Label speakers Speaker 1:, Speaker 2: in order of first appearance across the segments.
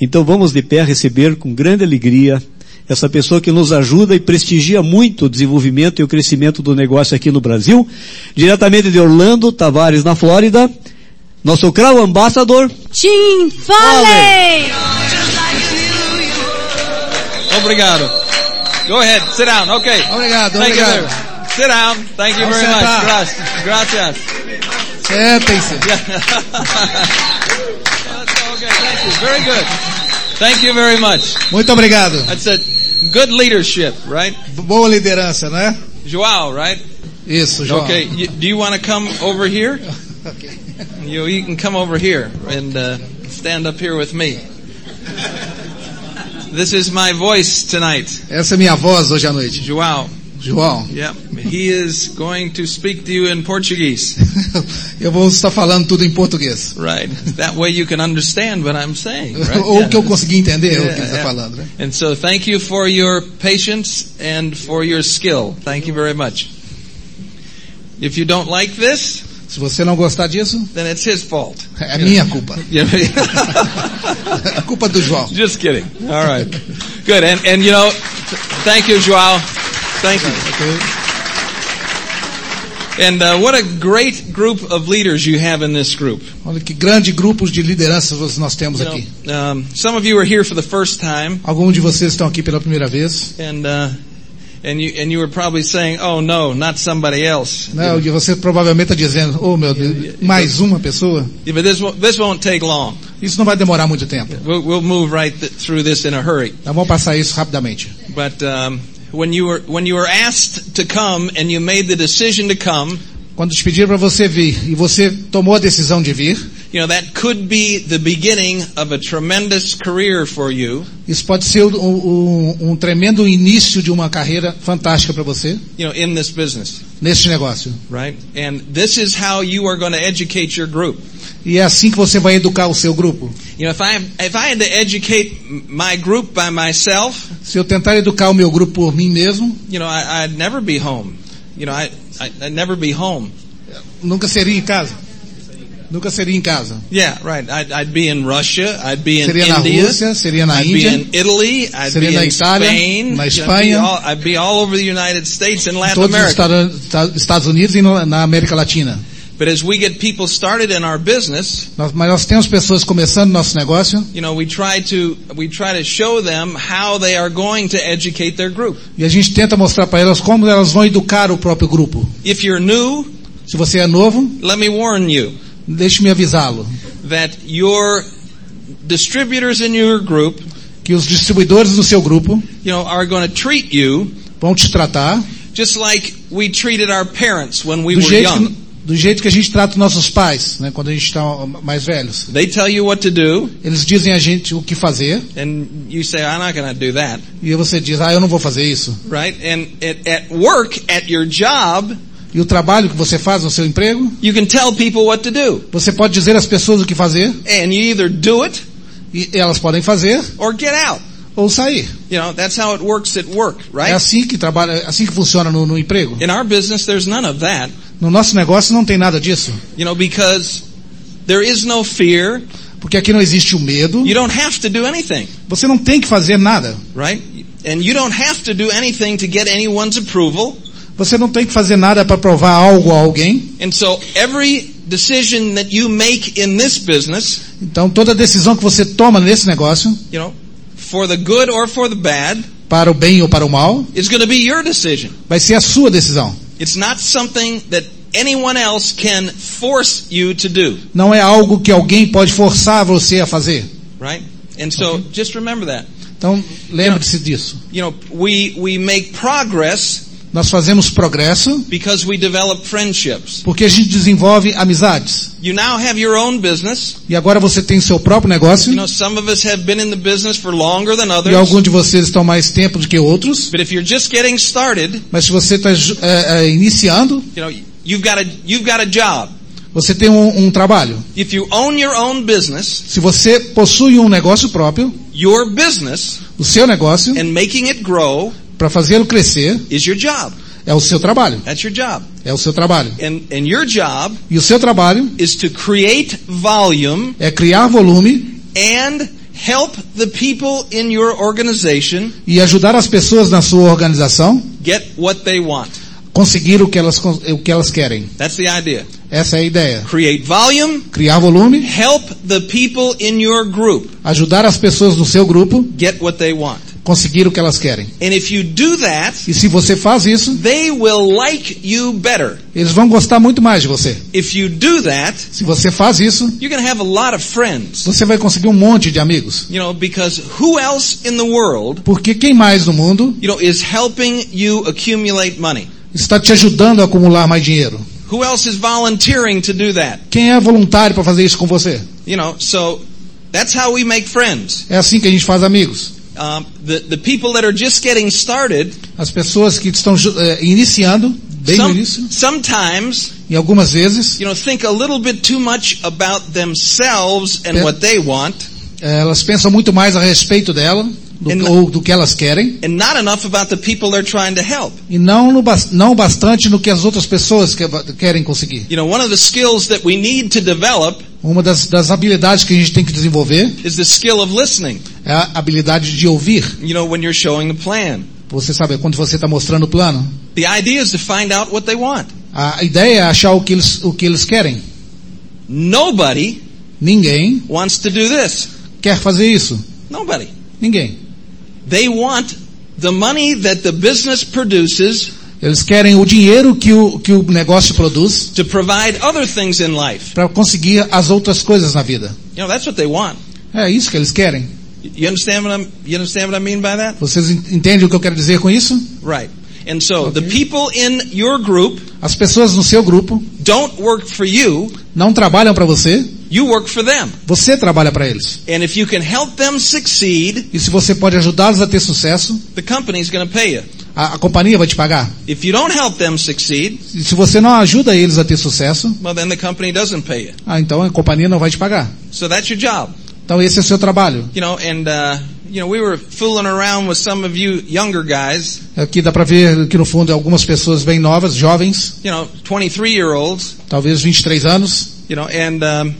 Speaker 1: Então vamos de pé receber com grande alegria essa pessoa que nos ajuda e prestigia muito o desenvolvimento e o crescimento do negócio aqui no Brasil, diretamente de Orlando Tavares, na Flórida, nosso crowd ambassador,
Speaker 2: Tim Foley!
Speaker 3: Obrigado. Go ahead, sit down. Okay.
Speaker 4: Obrigado,
Speaker 3: Thank you very
Speaker 4: obrigado.
Speaker 3: much. Sit down. Thank you
Speaker 4: Vamos
Speaker 3: very much.
Speaker 4: sentar.
Speaker 3: Gracias. Gracias.
Speaker 4: Sentem-se.
Speaker 3: Okay, thank you. Very good. Thank you very much.
Speaker 4: Muito obrigado.
Speaker 3: That's a good leadership, right?
Speaker 4: Boa liderança, né?
Speaker 3: Joao, right?
Speaker 4: Isso, João.
Speaker 3: Okay. You, do you want to come over here?
Speaker 4: Ok.
Speaker 3: You, you can come over here and uh, stand up here with me. This is my voice tonight,
Speaker 4: Essa é minha voz hoje à noite.
Speaker 3: Joao.
Speaker 4: João,
Speaker 3: Yep. He is going to speak to you in Portuguese.
Speaker 4: eu vou estar falando tudo em português.
Speaker 3: Right. That way you can understand what I'm saying. Right?
Speaker 4: Ou o
Speaker 3: Yeah.
Speaker 4: que eu consegui entender é o que ele
Speaker 3: Yeah,
Speaker 4: está
Speaker 3: yeah.
Speaker 4: falando, né?
Speaker 3: And so thank you for your patience and for your skill. Thank you very much. If you don't like this,
Speaker 4: Se você não gostar disso,
Speaker 3: then it's his fault.
Speaker 4: é minha culpa.
Speaker 3: Yeah.
Speaker 4: É culpa do João.
Speaker 3: Just kidding. All right. Good. And, and you know, th- thank you, Joao. Thank you.
Speaker 4: Ok?
Speaker 3: And uh, what a great group of leaders you have in this group.
Speaker 4: Olha que grande grupos de lideranças nós temos
Speaker 3: You
Speaker 4: aqui.
Speaker 3: know, um, some of you are here for the first time,
Speaker 4: Alguns de vocês estão aqui pela primeira vez.
Speaker 3: and uh, and you and you were probably saying, "Oh no, not somebody else."
Speaker 4: Né? E você provavelmente está dizendo, oh meu Deus, mais uma pessoa?
Speaker 3: Yeah, but this won't, this won't take long.
Speaker 4: Isso não vai demorar muito tempo.
Speaker 3: We'll, we'll move right th- through this in a hurry.
Speaker 4: Nós vamos passar isso rapidamente.
Speaker 3: But um, when you were when you were asked to come and you made the decision to come,
Speaker 4: Quando te pediram para você vir e você tomou a decisão de vir,
Speaker 3: you know that could be the beginning of a tremendous career for you.
Speaker 4: isso pode ser um, um- um tremendo início de uma carreira fantástica para você
Speaker 3: You know, in this business,
Speaker 4: neste negócio.
Speaker 3: right? And this is how you are going to educate your group.
Speaker 4: E é assim que você vai educar o seu grupo.
Speaker 3: You know, if I if I had to educate m- my group by myself,
Speaker 4: Se eu tentar educar o meu grupo por mim mesmo,
Speaker 3: you know, I, I'd never be home. You know, I, I I'd never be home.
Speaker 4: nunca seria em casa. Nunca seria em casa.
Speaker 3: Yeah, right. I'd, I'd be in Russia. I'd be in
Speaker 4: Seria na
Speaker 3: India.
Speaker 4: Rússia, seria na
Speaker 3: I'd
Speaker 4: Índia.
Speaker 3: be in Italy. I'd
Speaker 4: Seria
Speaker 3: be
Speaker 4: na
Speaker 3: in
Speaker 4: Itália,
Speaker 3: Spain.
Speaker 4: na
Speaker 3: I'd be
Speaker 4: Espanha.
Speaker 3: all- I'd be all over the United States and Latin
Speaker 4: todos os
Speaker 3: America.
Speaker 4: Estados Estados Unidos e no- na América Latina.
Speaker 3: But as we get people started in our business,
Speaker 4: Nós- mas nós temos pessoas começando nosso negócio
Speaker 3: you know, we try to we try to show them how they are going to educate their group.
Speaker 4: e a gente tenta mostrar para elas como elas vão educar o próprio grupo.
Speaker 3: If you're new,
Speaker 4: Se você é novo,
Speaker 3: let me warn you
Speaker 4: deixe-me avisá-lo
Speaker 3: that your distributors in your group,
Speaker 4: que os distribuidores do seu grupo
Speaker 3: you know, are going to treat you
Speaker 4: vão te tratar
Speaker 3: just like we treated our parents when we
Speaker 4: do
Speaker 3: were
Speaker 4: jeito,
Speaker 3: young.
Speaker 4: que, do jeito que a gente trata os nossos pais, né, quando a gente está mais velhos.
Speaker 3: They tell you what to do,
Speaker 4: Eles dizem a gente o que fazer
Speaker 3: and you say, I'm not going to do that,
Speaker 4: e você diz, ah, eu não vou fazer isso.
Speaker 3: right? And at, at work, at your job,
Speaker 4: E o trabalho que você faz no seu emprego,
Speaker 3: you can tell people what to do.
Speaker 4: você pode dizer às pessoas o que fazer
Speaker 3: And you either do it
Speaker 4: e elas podem fazer
Speaker 3: or get out.
Speaker 4: ou sair.
Speaker 3: You know, that's how it works at work,
Speaker 4: É
Speaker 3: right?
Speaker 4: assim que trabalha, é assim que funciona no, no emprego.
Speaker 3: In our business, there's none of that,
Speaker 4: No nosso negócio não tem nada disso,
Speaker 3: you know, because there is no fear.
Speaker 4: porque aqui não existe o medo.
Speaker 3: You don't have to do anything,
Speaker 4: Você não tem que fazer nada.
Speaker 3: right? And you don't have to do anything to get anyone's approval.
Speaker 4: Você não tem que fazer nada para provar algo a alguém.
Speaker 3: And so every decision that you make in this business,
Speaker 4: Então toda decisão que você toma nesse negócio,
Speaker 3: you know, for the good or for the bad,
Speaker 4: para o bem ou para o mal,
Speaker 3: is going to be your decision.
Speaker 4: vai ser a sua decisão.
Speaker 3: It's not something that anyone else can force you to do,
Speaker 4: Não é algo que alguém pode forçar você a fazer.
Speaker 3: right? And so just remember that.
Speaker 4: Então lembre-se disso.
Speaker 3: You know, we, we make progress
Speaker 4: Nós fazemos progresso
Speaker 3: because we develop friendships.
Speaker 4: porque a gente desenvolve amizades.
Speaker 3: You now have your own business.
Speaker 4: E agora você tem seu próprio negócio.
Speaker 3: You know, some of us have been in the business for longer than
Speaker 4: E
Speaker 3: others.
Speaker 4: alguns de vocês estão mais tempo do que outros.
Speaker 3: But if you're just getting started,
Speaker 4: Mas se você está é, é, iniciando,
Speaker 3: you know, you've got a, you've got a job.
Speaker 4: você tem um, um trabalho.
Speaker 3: If you own your own business,
Speaker 4: Se você possui um negócio próprio,
Speaker 3: your business
Speaker 4: o seu negócio,
Speaker 3: and making it grow
Speaker 4: para fazê-lo crescer,
Speaker 3: is your job.
Speaker 4: é o seu trabalho.
Speaker 3: That's your job.
Speaker 4: É o seu trabalho.
Speaker 3: And, and your job
Speaker 4: E o seu trabalho
Speaker 3: is to create volume
Speaker 4: é criar volume
Speaker 3: and help the people in your organization
Speaker 4: e ajudar as pessoas na sua organização
Speaker 3: get what they want.
Speaker 4: conseguir o que elas, cons- o que elas querem.
Speaker 3: That's the idea.
Speaker 4: Essa é a ideia.
Speaker 3: Create volume,
Speaker 4: Criar volume,
Speaker 3: help the people in your group
Speaker 4: ajudar as pessoas do seu grupo
Speaker 3: get what they want.
Speaker 4: conseguir o que elas querem.
Speaker 3: And if you do that,
Speaker 4: E se você faz isso,
Speaker 3: they will like you better.
Speaker 4: eles vão gostar muito mais de você.
Speaker 3: If you do that,
Speaker 4: Se você faz isso,
Speaker 3: you're going to have a lot of friends.
Speaker 4: você vai conseguir um monte de amigos.
Speaker 3: You know, because who else in the world,
Speaker 4: Porque quem mais no mundo
Speaker 3: you know, is helping you accumulate money?
Speaker 4: está te ajudando a acumular mais dinheiro?
Speaker 3: Who else is volunteering to do that?
Speaker 4: Quem é voluntário para fazer isso com você?
Speaker 3: You know, so that's how we make friends.
Speaker 4: É assim que a gente faz amigos.
Speaker 3: Um, the, the people that are just getting started,
Speaker 4: As pessoas que estão ju- eh, iniciando, bem no
Speaker 3: some-
Speaker 4: início,
Speaker 3: sometimes,
Speaker 4: e algumas vezes,
Speaker 3: you know, think a little bit too much about themselves and
Speaker 4: Yeah.
Speaker 3: what they want
Speaker 4: eh, elas pensam muito mais a respeito dela, do-
Speaker 3: And-
Speaker 4: ou do que elas querem,
Speaker 3: and not enough about the people they're trying to help.
Speaker 4: e não, no, bas- não bastante no que as outras pessoas que- querem conseguir.
Speaker 3: You know, one of the skills that we need to develop
Speaker 4: Uma das, das habilidades que a gente tem que desenvolver
Speaker 3: is the skill of listening.
Speaker 4: é a habilidade de ouvir.
Speaker 3: You know, when you're showing a plan.
Speaker 4: Você sabe, quando você está mostrando o plano,
Speaker 3: The idea is to find out what they want.
Speaker 4: a ideia é achar o que eles, o que eles querem.
Speaker 3: Nobody
Speaker 4: Ninguém
Speaker 3: wants to do this.
Speaker 4: quer fazer isso.
Speaker 3: Nobody.
Speaker 4: Ninguém.
Speaker 3: They want the money that the business produces
Speaker 4: Eles querem o dinheiro que o, que o negócio produz
Speaker 3: to provide other things in life.
Speaker 4: para conseguir as outras coisas na vida.
Speaker 3: You know, that's what they want.
Speaker 4: É isso que eles querem.
Speaker 3: You understand what I'm, you understand what I mean by that?
Speaker 4: Vocês en- entendem o que eu quero dizer com isso?
Speaker 3: Right. And so the people in your group
Speaker 4: As pessoas no seu grupo
Speaker 3: don't work for you,
Speaker 4: não trabalham para você,
Speaker 3: you work for them.
Speaker 4: você trabalha para eles.
Speaker 3: And if you can help them succeed,
Speaker 4: E se você pode ajudá-los a ter sucesso,
Speaker 3: the company's gonna pay you.
Speaker 4: a, a companhia vai te pagar.
Speaker 3: If you don't help them succeed,
Speaker 4: E se você não ajuda eles a ter sucesso,
Speaker 3: well then the company doesn't pay you.
Speaker 4: ah, então a companhia não vai te pagar.
Speaker 3: So that's your job.
Speaker 4: Então esse é o seu trabalho.
Speaker 3: You know, and uh, you know, we were fooling around with some of you younger guys,
Speaker 4: Aqui dá para ver que no fundo algumas pessoas bem novas, jovens,
Speaker 3: you know, 23 year olds,
Speaker 4: talvez 23 anos.
Speaker 3: you know, and um,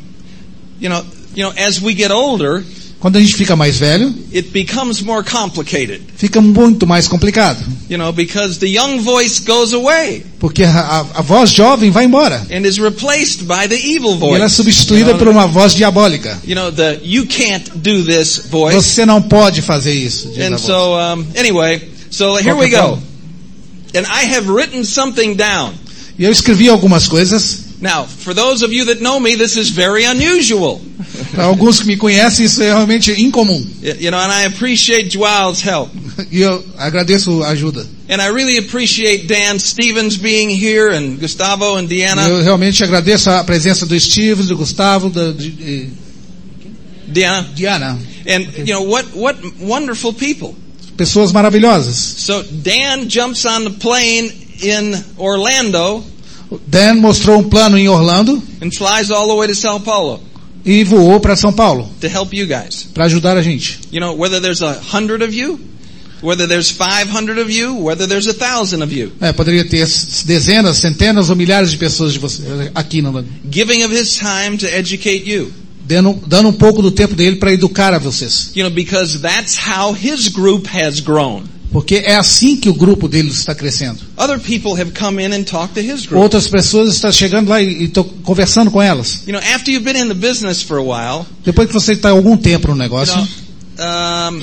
Speaker 3: you know, you know, as we get older,
Speaker 4: Quando a gente fica mais velho,
Speaker 3: it becomes more complicated,
Speaker 4: fica muito mais complicado.
Speaker 3: you know, because the young voice goes away
Speaker 4: Porque a, a, a voz jovem vai embora.
Speaker 3: and is replaced by the evil
Speaker 4: E ela é
Speaker 3: voice.
Speaker 4: substituída por uma voz diabólica.
Speaker 3: You know, the you can't do this voice.
Speaker 4: Você não pode fazer isso. diz a
Speaker 3: And
Speaker 4: voz.
Speaker 3: so um, anyway, so here we go. And I have written something down.
Speaker 4: E eu escrevi algumas coisas.
Speaker 3: Now, for those of you that know me, this is very unusual.
Speaker 4: Para alguns que me conhecem, isso é realmente incomum.
Speaker 3: Y- You know, and I appreciate Joao's help.
Speaker 4: E eu agradeço a ajuda.
Speaker 3: And I really appreciate Dan Stevens being here and Gustavo and Deanna.
Speaker 4: Eu realmente agradeço a presença do Steve, do Gustavo, da de- de-
Speaker 3: Deanna.
Speaker 4: Diana.
Speaker 3: And you know, what, what wonderful people.
Speaker 4: Pessoas maravilhosas.
Speaker 3: So Dan jumps on the plane in Orlando
Speaker 4: Dan mostrou um plano em Orlando
Speaker 3: and flies all the way to Sao Paulo
Speaker 4: e voou para São Paulo
Speaker 3: to help you guys.
Speaker 4: para ajudar a gente.
Speaker 3: You know, whether there's a hundred of you, whether there's 500 of you, whether there's a thousand of you,
Speaker 4: É, poderia ter s- dezenas, centenas ou milhares de pessoas de você aqui no
Speaker 3: giving of his time to educate you.
Speaker 4: dando, dando um pouco do tempo dele para educar a vocês,
Speaker 3: You know, because that's how his group has grown.
Speaker 4: porque é assim que o grupo dele está crescendo.
Speaker 3: Other people have come in and talked to his group.
Speaker 4: Outras pessoas estão chegando lá e estão conversando com elas.
Speaker 3: You know, after you've been in the business for a while,
Speaker 4: Depois que você está algum tempo no
Speaker 3: you
Speaker 4: negócio,
Speaker 3: know, um,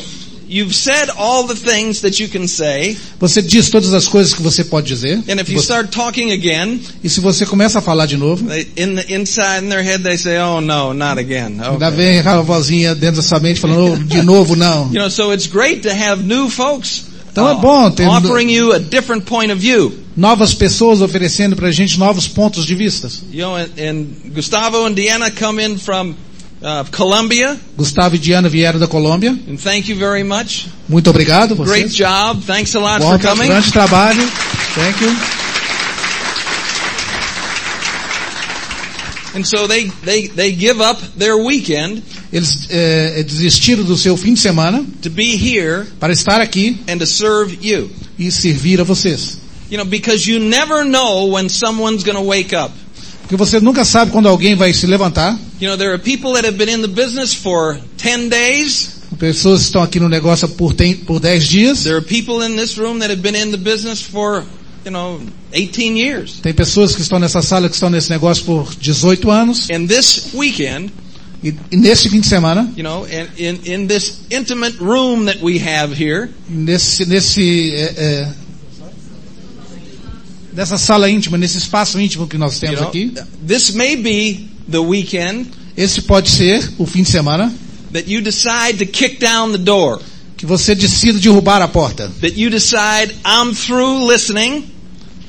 Speaker 3: you've said all the things that you can say,
Speaker 4: você diz todas as coisas que você pode dizer.
Speaker 3: and if you
Speaker 4: Você-
Speaker 3: start talking again,
Speaker 4: e se você começa a falar de novo,
Speaker 3: they, in the inside in their head they say, "Oh no, not again." Oh. Okay.
Speaker 4: ainda vem aquela vozinha dentro da sua mente falando "Oh, de novo não.
Speaker 3: You know, so it's great to have new folks uh,
Speaker 4: Então é bom ter
Speaker 3: offering you a different point of view.
Speaker 4: novas pessoas oferecendo para a gente novos pontos de vista.
Speaker 3: You know, and, and Gustavo and Deanna come in from uh, Colombia,
Speaker 4: Gustavo e Diana vieram da Colômbia.
Speaker 3: and thank you very much.
Speaker 4: Muito obrigado.
Speaker 3: Great
Speaker 4: Vocês.
Speaker 3: job. Thanks a lot
Speaker 4: Bom,
Speaker 3: for coming.
Speaker 4: grande trabalho. Thank you.
Speaker 3: And so they, they, they give up their weekend
Speaker 4: Eles eh, desistiram do seu fim de semana
Speaker 3: to be here
Speaker 4: para estar aqui
Speaker 3: and to serve you.
Speaker 4: e servir a vocês.
Speaker 3: You know, because you never know when someone's gonna wake up.
Speaker 4: Porque você nunca sabe quando alguém vai se levantar.
Speaker 3: You know, there are people that have been in the business for 10 days.
Speaker 4: Pessoas estão aqui no negócio por, tem, por 10 dias.
Speaker 3: There are people in this room that have been in the business for, you know, 18 years.
Speaker 4: Tem pessoas que estão nessa sala que estão nesse negócio por 18 anos.
Speaker 3: And this weekend,
Speaker 4: E, e nesse fim de semana,
Speaker 3: you know, and in, in this intimate room that we have here,
Speaker 4: nesse, nesse, é, é, nessa sala íntima, nesse espaço íntimo que nós
Speaker 3: you
Speaker 4: temos
Speaker 3: know,
Speaker 4: aqui,
Speaker 3: this may be the weekend
Speaker 4: esse pode ser o fim de semana
Speaker 3: that you decide to kick down the door.
Speaker 4: que você decida derrubar a porta.
Speaker 3: That you decide, I'm through listening.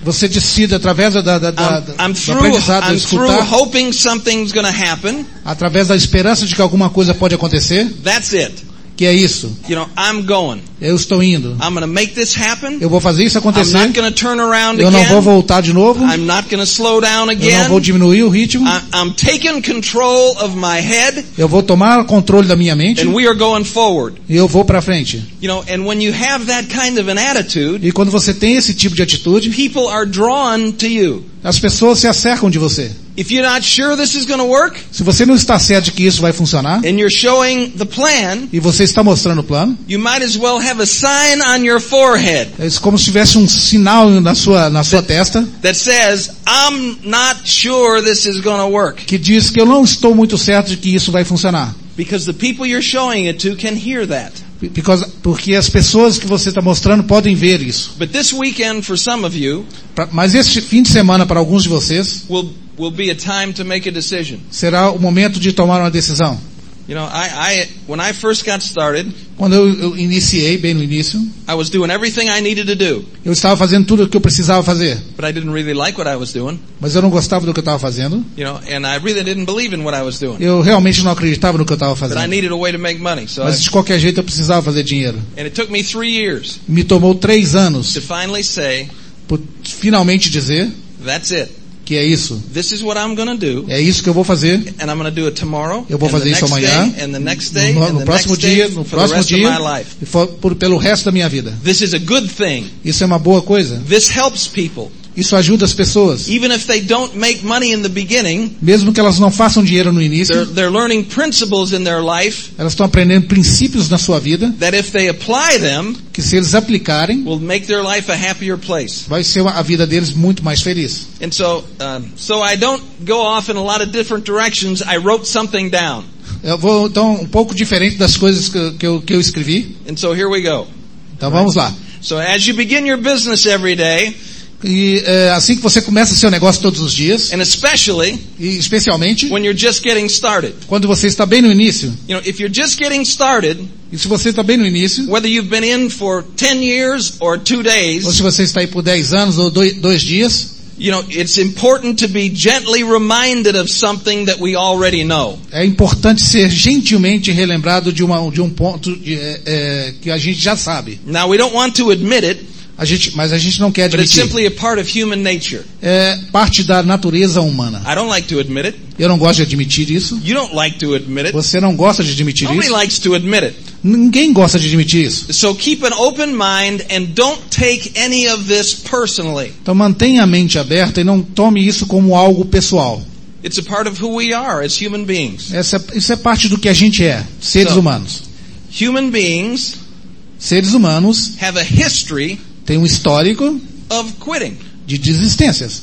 Speaker 4: Você decide através da, da, da,
Speaker 3: I'm,
Speaker 4: da-
Speaker 3: I'm
Speaker 4: do
Speaker 3: through,
Speaker 4: aprendizado, do
Speaker 3: I'm through
Speaker 4: escutar,
Speaker 3: hoping something's gonna happen.
Speaker 4: através da esperança de que alguma coisa pode acontecer,
Speaker 3: That's it.
Speaker 4: que é isso.
Speaker 3: You know, I'm going.
Speaker 4: Eu estou indo.
Speaker 3: I'm gonna make this happen.
Speaker 4: Eu vou fazer isso
Speaker 3: I'm not
Speaker 4: acontecer.
Speaker 3: gonna turn around
Speaker 4: Eu não vou
Speaker 3: again.
Speaker 4: voltar de novo.
Speaker 3: I'm not gonna slow down
Speaker 4: Eu não vou
Speaker 3: again.
Speaker 4: diminuir o ritmo.
Speaker 3: I- I'm taking control of my head
Speaker 4: Eu vou tomar controle da minha mente
Speaker 3: and we are going forward.
Speaker 4: e eu vou para frente.
Speaker 3: You know, and when you have that kind of an attitude,
Speaker 4: E quando você tem esse tipo de atitude,
Speaker 3: people are drawn to you.
Speaker 4: as pessoas se acercam de você.
Speaker 3: If you're not sure this is gonna work
Speaker 4: Se você não está certo de que isso vai funcionar
Speaker 3: and you're showing the plan,
Speaker 4: e você está mostrando o plano,
Speaker 3: you might as well have a sign on your forehead
Speaker 4: é como se tivesse um sinal na sua, na sua testa
Speaker 3: that says, I'm not sure this is gonna work.
Speaker 4: que diz que eu não estou muito certo de que isso vai funcionar.
Speaker 3: Because the people you're showing it to can hear that.
Speaker 4: Because- porque as pessoas que você está mostrando podem ver isso.
Speaker 3: But this weekend for some of you
Speaker 4: Pra- mas este fim de semana, para alguns de vocês,
Speaker 3: will, will be a time to make a decision.
Speaker 4: será o momento de tomar uma decisão.
Speaker 3: You know, I, I, when I first got started,
Speaker 4: Quando eu, eu iniciei, bem no início,
Speaker 3: I was doing everything I needed to do,
Speaker 4: eu estava fazendo tudo o que eu precisava fazer,
Speaker 3: but I didn't really like what I was doing,
Speaker 4: mas eu não gostava do que eu estava fazendo.
Speaker 3: you know, and I really didn't believe in what I was doing.
Speaker 4: Eu realmente não acreditava no que eu estava
Speaker 3: But I
Speaker 4: fazendo.
Speaker 3: needed a way to make money, so I,
Speaker 4: Mas de qualquer jeito eu precisava fazer dinheiro.
Speaker 3: and it took me three years
Speaker 4: Me tomou três anos
Speaker 3: to finally say,
Speaker 4: por finalmente dizer
Speaker 3: that's it.
Speaker 4: que é isso.
Speaker 3: This is what I'm gonna do,
Speaker 4: É isso que eu vou fazer
Speaker 3: and I'm gonna do it tomorrow,
Speaker 4: Eu vou
Speaker 3: and the
Speaker 4: fazer isso
Speaker 3: next
Speaker 4: amanhã,
Speaker 3: day, and the next day,
Speaker 4: no,
Speaker 3: and
Speaker 4: no
Speaker 3: the
Speaker 4: próximo
Speaker 3: next
Speaker 4: dia,
Speaker 3: day, for
Speaker 4: no
Speaker 3: the
Speaker 4: próximo
Speaker 3: rest of
Speaker 4: dia
Speaker 3: my life.
Speaker 4: e for- por- pelo resto da minha vida.
Speaker 3: This is a good thing.
Speaker 4: Isso é uma boa coisa.
Speaker 3: This helps people.
Speaker 4: Isso ajuda as pessoas.
Speaker 3: Even if they don't make money in the beginning,
Speaker 4: Mesmo que elas não façam dinheiro no
Speaker 3: they're,
Speaker 4: início,
Speaker 3: they're learning principles in their life
Speaker 4: elas estão aprendendo princípios na sua vida
Speaker 3: that if they apply them,
Speaker 4: que se eles aplicarem,
Speaker 3: will make their life a happier place.
Speaker 4: vai ser uma- a vida deles muito mais feliz.
Speaker 3: And so, um, so I don't go off in a lot of different directions. I wrote something down.
Speaker 4: Eu vou, então, um pouco diferente das coisas que, eu- que, eu, que eu escrevi.
Speaker 3: And so here we go.
Speaker 4: Então vamos lá.
Speaker 3: So as you begin your business every day,
Speaker 4: E é, assim que você começa seu negócio todos os dias,
Speaker 3: and especially
Speaker 4: e especialmente
Speaker 3: when you're just getting started,
Speaker 4: quando você está bem no início,
Speaker 3: you know, if you're just getting started,
Speaker 4: e se você está bem no início,
Speaker 3: whether you've been in for 10 years or two
Speaker 4: ou se
Speaker 3: days,
Speaker 4: você está aí por 10 anos ou dois, dois dias,
Speaker 3: you know, it's important to be gently reminded of something that we already know.
Speaker 4: é importante ser gentilmente relembrado de, uma, de um ponto de, é, é, que a gente já sabe.
Speaker 3: Now we don't want to admit it,
Speaker 4: A gente, mas a gente não quer
Speaker 3: but it's
Speaker 4: admitir.
Speaker 3: simply a part of human nature.
Speaker 4: É parte da natureza humana.
Speaker 3: I don't like to admit it.
Speaker 4: Eu não gosto de admitir isso.
Speaker 3: You don't like to admit it.
Speaker 4: Você não gosta de admitir
Speaker 3: Nobody
Speaker 4: isso.
Speaker 3: likes to admit it.
Speaker 4: Ninguém gosta de admitir isso.
Speaker 3: So keep an open mind and don't take any of this personally.
Speaker 4: Então mantenha a mente aberta e não tome isso como algo pessoal.
Speaker 3: It's a part of who we are as human beings.
Speaker 4: Essa, isso é parte do que a gente é, seres
Speaker 3: Não.
Speaker 4: humanos.
Speaker 3: Human beings
Speaker 4: Seres humanos
Speaker 3: have a history
Speaker 4: têm um histórico
Speaker 3: of quitting.
Speaker 4: de desistências.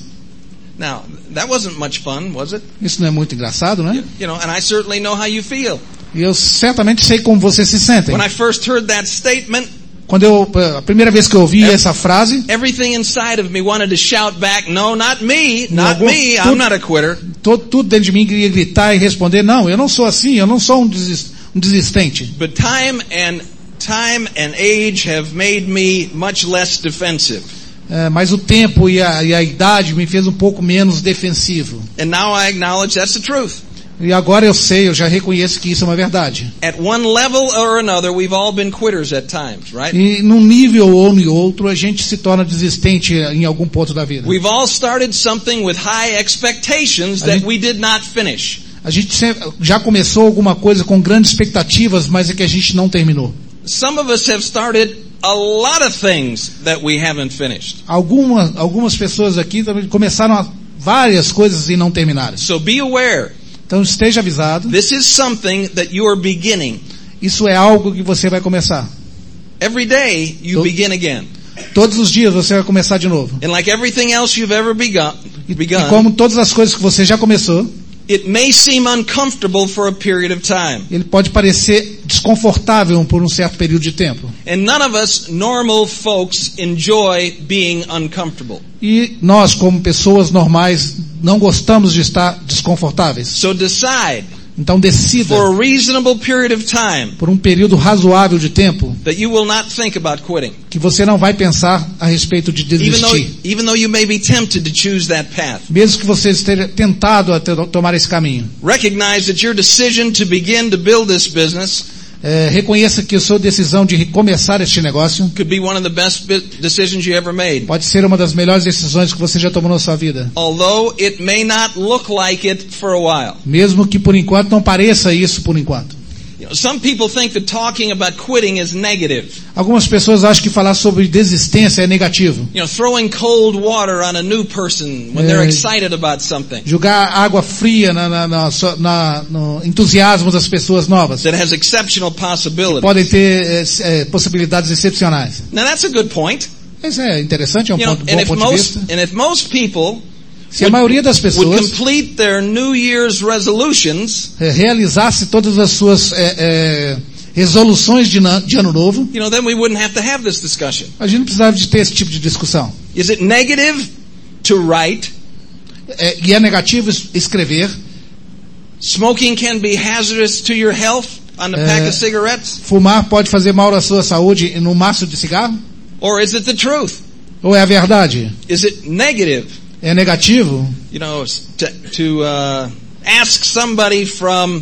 Speaker 3: Now, that wasn't much fun, was it?
Speaker 4: Isso não é muito engraçado, né?
Speaker 3: You know, and I certainly know how you feel.
Speaker 4: E eu certamente sei como vocês se sentem.
Speaker 3: When I first heard that statement,
Speaker 4: Quando eu, a primeira vez que eu ouvi essa frase,
Speaker 3: everything inside of me wanted to shout back, no, not me, not
Speaker 4: Logo,
Speaker 3: me,
Speaker 4: tudo-
Speaker 3: I'm not a quitter.
Speaker 4: to- tudo dentro de mim queria gritar e responder, não, eu não sou assim, eu não sou um, desis- um desistente.
Speaker 3: But time and time and age have made me much less defensive.
Speaker 4: É, mas o tempo e a, e a idade me fez um pouco menos defensivo.
Speaker 3: And now I acknowledge that's the truth.
Speaker 4: E agora eu sei, eu já reconheço que isso é uma verdade.
Speaker 3: At one level or another, we've all been quitters at times, right?
Speaker 4: E num nível ou em outro, a gente se torna desistente em algum ponto da vida.
Speaker 3: We've all started something with high expectations that we did not finish.
Speaker 4: A gente se- já começou alguma coisa com grandes expectativas, mas é que a gente não terminou.
Speaker 3: Some of us have started a lot of things that we haven't finished.
Speaker 4: Alguma, algumas pessoas aqui também começaram a várias coisas e não terminaram.
Speaker 3: So be aware.
Speaker 4: Então esteja avisado.
Speaker 3: This is something that you are beginning.
Speaker 4: Isso é algo que você vai começar.
Speaker 3: Every day you
Speaker 4: Nope.
Speaker 3: begin again.
Speaker 4: Todos os dias você vai começar de novo.
Speaker 3: And like everything else you've ever begun,
Speaker 4: E, e
Speaker 3: begun
Speaker 4: como todas as coisas que você já começou,
Speaker 3: it may seem uncomfortable for a period of time.
Speaker 4: ele pode parecer desconfortável por um certo período de tempo.
Speaker 3: And none of us normal folks enjoy being uncomfortable.
Speaker 4: E nós, como pessoas normais, não gostamos de estar desconfortáveis.
Speaker 3: So decide
Speaker 4: Então decida
Speaker 3: for a reasonable period of time
Speaker 4: por um período razoável de tempo
Speaker 3: that you will not think about quitting.
Speaker 4: que você não vai pensar a respeito de
Speaker 3: Even though,
Speaker 4: desistir.
Speaker 3: even though you may be tempted to choose that path,
Speaker 4: Mesmo que você esteja tentado a ter- tomar esse caminho.
Speaker 3: recognize that your decision to begin to build this business
Speaker 4: É, reconheça que a sua decisão de recomeçar este negócio
Speaker 3: could be one of the best bu- decisions you ever made.
Speaker 4: pode ser uma das melhores decisões que você já tomou na sua vida.
Speaker 3: Although it may not look like it for a while.
Speaker 4: Mesmo que por enquanto não pareça isso por enquanto.
Speaker 3: You know, some people think that talking about quitting is negative.
Speaker 4: Algumas pessoas acham que falar sobre desistência é negativo.
Speaker 3: You know, throwing cold water on a new person when they're
Speaker 4: Yeah.
Speaker 3: excited about something
Speaker 4: Jogar água fria na, na- na sua- na- no entusiasmo das pessoas novas.
Speaker 3: that has exceptional possibility.
Speaker 4: Podem ter eh, s- eh, possibilidades excepcionais.
Speaker 3: Now that's a good point.
Speaker 4: Isso é interessante, é um
Speaker 3: You know,
Speaker 4: ponto,
Speaker 3: and
Speaker 4: bom
Speaker 3: if
Speaker 4: ponto de
Speaker 3: most,
Speaker 4: vista.
Speaker 3: and if most people
Speaker 4: Se a maioria das
Speaker 3: would
Speaker 4: pessoas
Speaker 3: complete their New Year's resolutions,
Speaker 4: eh, realizasse todas as suas eh, eh, resoluções de, na- de ano novo,
Speaker 3: you know, then we wouldn't have to have this discussion.
Speaker 4: a gente não precisava de ter esse tipo de discussão.
Speaker 3: Is it negative to write?
Speaker 4: É, e é negativo es- escrever.
Speaker 3: Smoking can be hazardous to your health on a pack
Speaker 4: Uh,
Speaker 3: of cigarettes?
Speaker 4: Fumar pode fazer mal à sua saúde no maço de cigarro?
Speaker 3: Or is it the truth?
Speaker 4: Ou é a verdade?
Speaker 3: Is it negative,
Speaker 4: É negativo?
Speaker 3: you know, s- to, to uh, ask somebody from,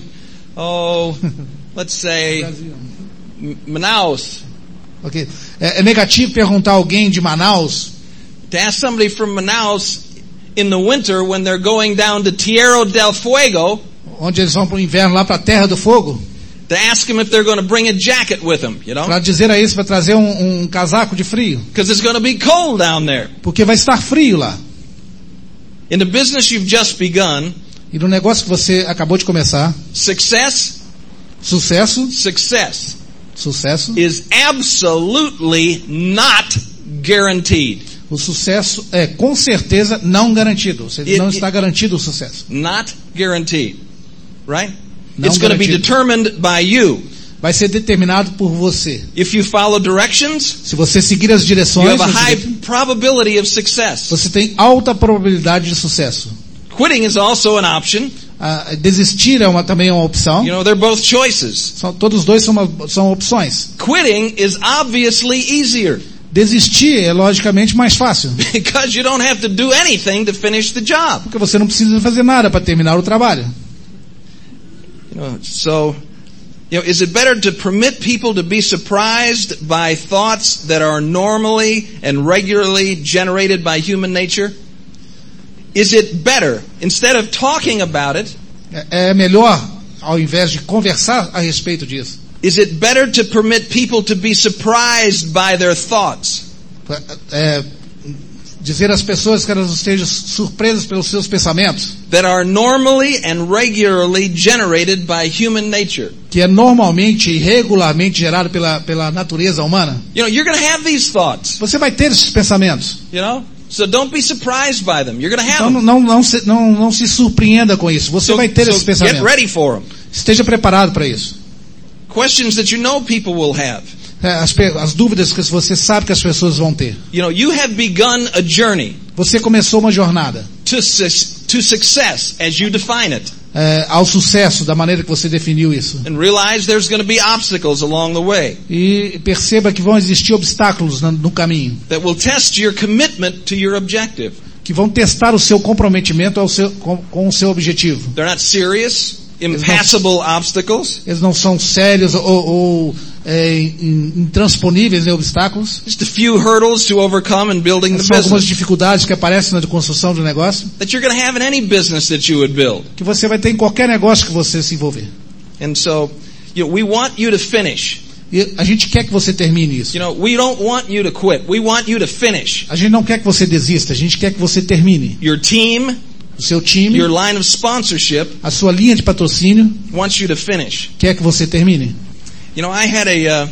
Speaker 3: oh, let's say, M- Manaus,
Speaker 4: Ok. É, é negativo perguntar a alguém de Manaus?
Speaker 3: to ask somebody from Manaus in the winter when they're going down to Tierra del Fuego
Speaker 4: Onde eles vão para o inverno, lá para a Terra do Fogo?
Speaker 3: to ask them if they're going to bring a jacket with them, you know?
Speaker 4: Para dizer a eles para trazer um, um casaco de frio?
Speaker 3: Because it's going to be cold down there.
Speaker 4: Porque vai estar frio lá.
Speaker 3: In the business you've just begun,
Speaker 4: E no negócio que você acabou de começar,
Speaker 3: success,
Speaker 4: sucesso,
Speaker 3: success
Speaker 4: sucesso.
Speaker 3: is absolutely not guaranteed.
Speaker 4: O sucesso é com certeza não garantido. Você
Speaker 3: E-
Speaker 4: não
Speaker 3: e-
Speaker 4: está garantido o sucesso.
Speaker 3: Not guaranteed. Right?
Speaker 4: Não
Speaker 3: it's going to be
Speaker 4: garantido.
Speaker 3: determined by you.
Speaker 4: Vai ser determinado por você.
Speaker 3: If you follow directions,
Speaker 4: Se você seguir as
Speaker 3: you
Speaker 4: direções,
Speaker 3: have a
Speaker 4: você
Speaker 3: high
Speaker 4: tem-
Speaker 3: probability of success.
Speaker 4: você tem alta probabilidade de sucesso.
Speaker 3: Quitting is also an option.
Speaker 4: Ah, desistir é uma, também é uma opção.
Speaker 3: You know, they're both choices.
Speaker 4: São, todos dois são, uma- são opções.
Speaker 3: Quitting is obviously easier
Speaker 4: Desistir é logicamente mais fácil,
Speaker 3: because you don't have to do anything to finish the job.
Speaker 4: porque você não precisa fazer nada para terminar o trabalho.
Speaker 3: You know, so, you know, is it better to permit people to be surprised by thoughts that are normally and regularly generated by human nature? Is it better, instead of talking about it,
Speaker 4: É, é melhor, ao invés de conversar a respeito disso,
Speaker 3: is it better to permit people to be surprised by their thoughts
Speaker 4: é, dizer às pessoas que elas estejam surpresas pelos seus pensamentos,
Speaker 3: that are normally and regularly generated by human nature?
Speaker 4: que é normalmente e regularmente gerado pela, pela natureza humana,
Speaker 3: You know, you're gonna have these thoughts,
Speaker 4: você vai ter esses pensamentos.
Speaker 3: you know? So don't be surprised by them. You're gonna have
Speaker 4: Então
Speaker 3: them.
Speaker 4: não, não, não se, não, não se surpreenda com isso. Você
Speaker 3: So,
Speaker 4: vai ter esses
Speaker 3: so get
Speaker 4: pensamentos.
Speaker 3: ready for them.
Speaker 4: Esteja preparado para isso.
Speaker 3: Questions that you know people will have.
Speaker 4: É, As, pe- as dúvidas que você sabe que as pessoas vão ter.
Speaker 3: You know, you have begun a journey
Speaker 4: Você começou uma jornada
Speaker 3: to, su- to success as you define it
Speaker 4: é, ao sucesso da maneira que você definiu isso.
Speaker 3: and realize there's going to be obstacles along the way
Speaker 4: E perceba que vão existir obstáculos na- no caminho,
Speaker 3: that will test your commitment to your objective.
Speaker 4: que vão testar o seu comprometimento ao seu, com, com o seu objetivo.
Speaker 3: They're not serious, impassable obstacles.
Speaker 4: Eles não são sérios ou, ou é, in- intransponíveis em obstáculos.
Speaker 3: Just a few hurdles to overcome in building the
Speaker 4: São algumas
Speaker 3: business
Speaker 4: dificuldades que aparecem na construção do negócio
Speaker 3: that you're going to have in any business that you would build.
Speaker 4: que você vai ter em qualquer negócio que você se envolver.
Speaker 3: And so, you know, we want you to finish.
Speaker 4: E a gente quer que você termine isso.
Speaker 3: You know, we don't want you to quit. We want you to finish.
Speaker 4: A gente não quer que você desista, a gente quer que você termine.
Speaker 3: Your team,
Speaker 4: O seu time,
Speaker 3: Your line of sponsorship
Speaker 4: a sua linha de patrocínio,
Speaker 3: wants you to finish.
Speaker 4: quer que você termine.
Speaker 3: You know, I had a, uh,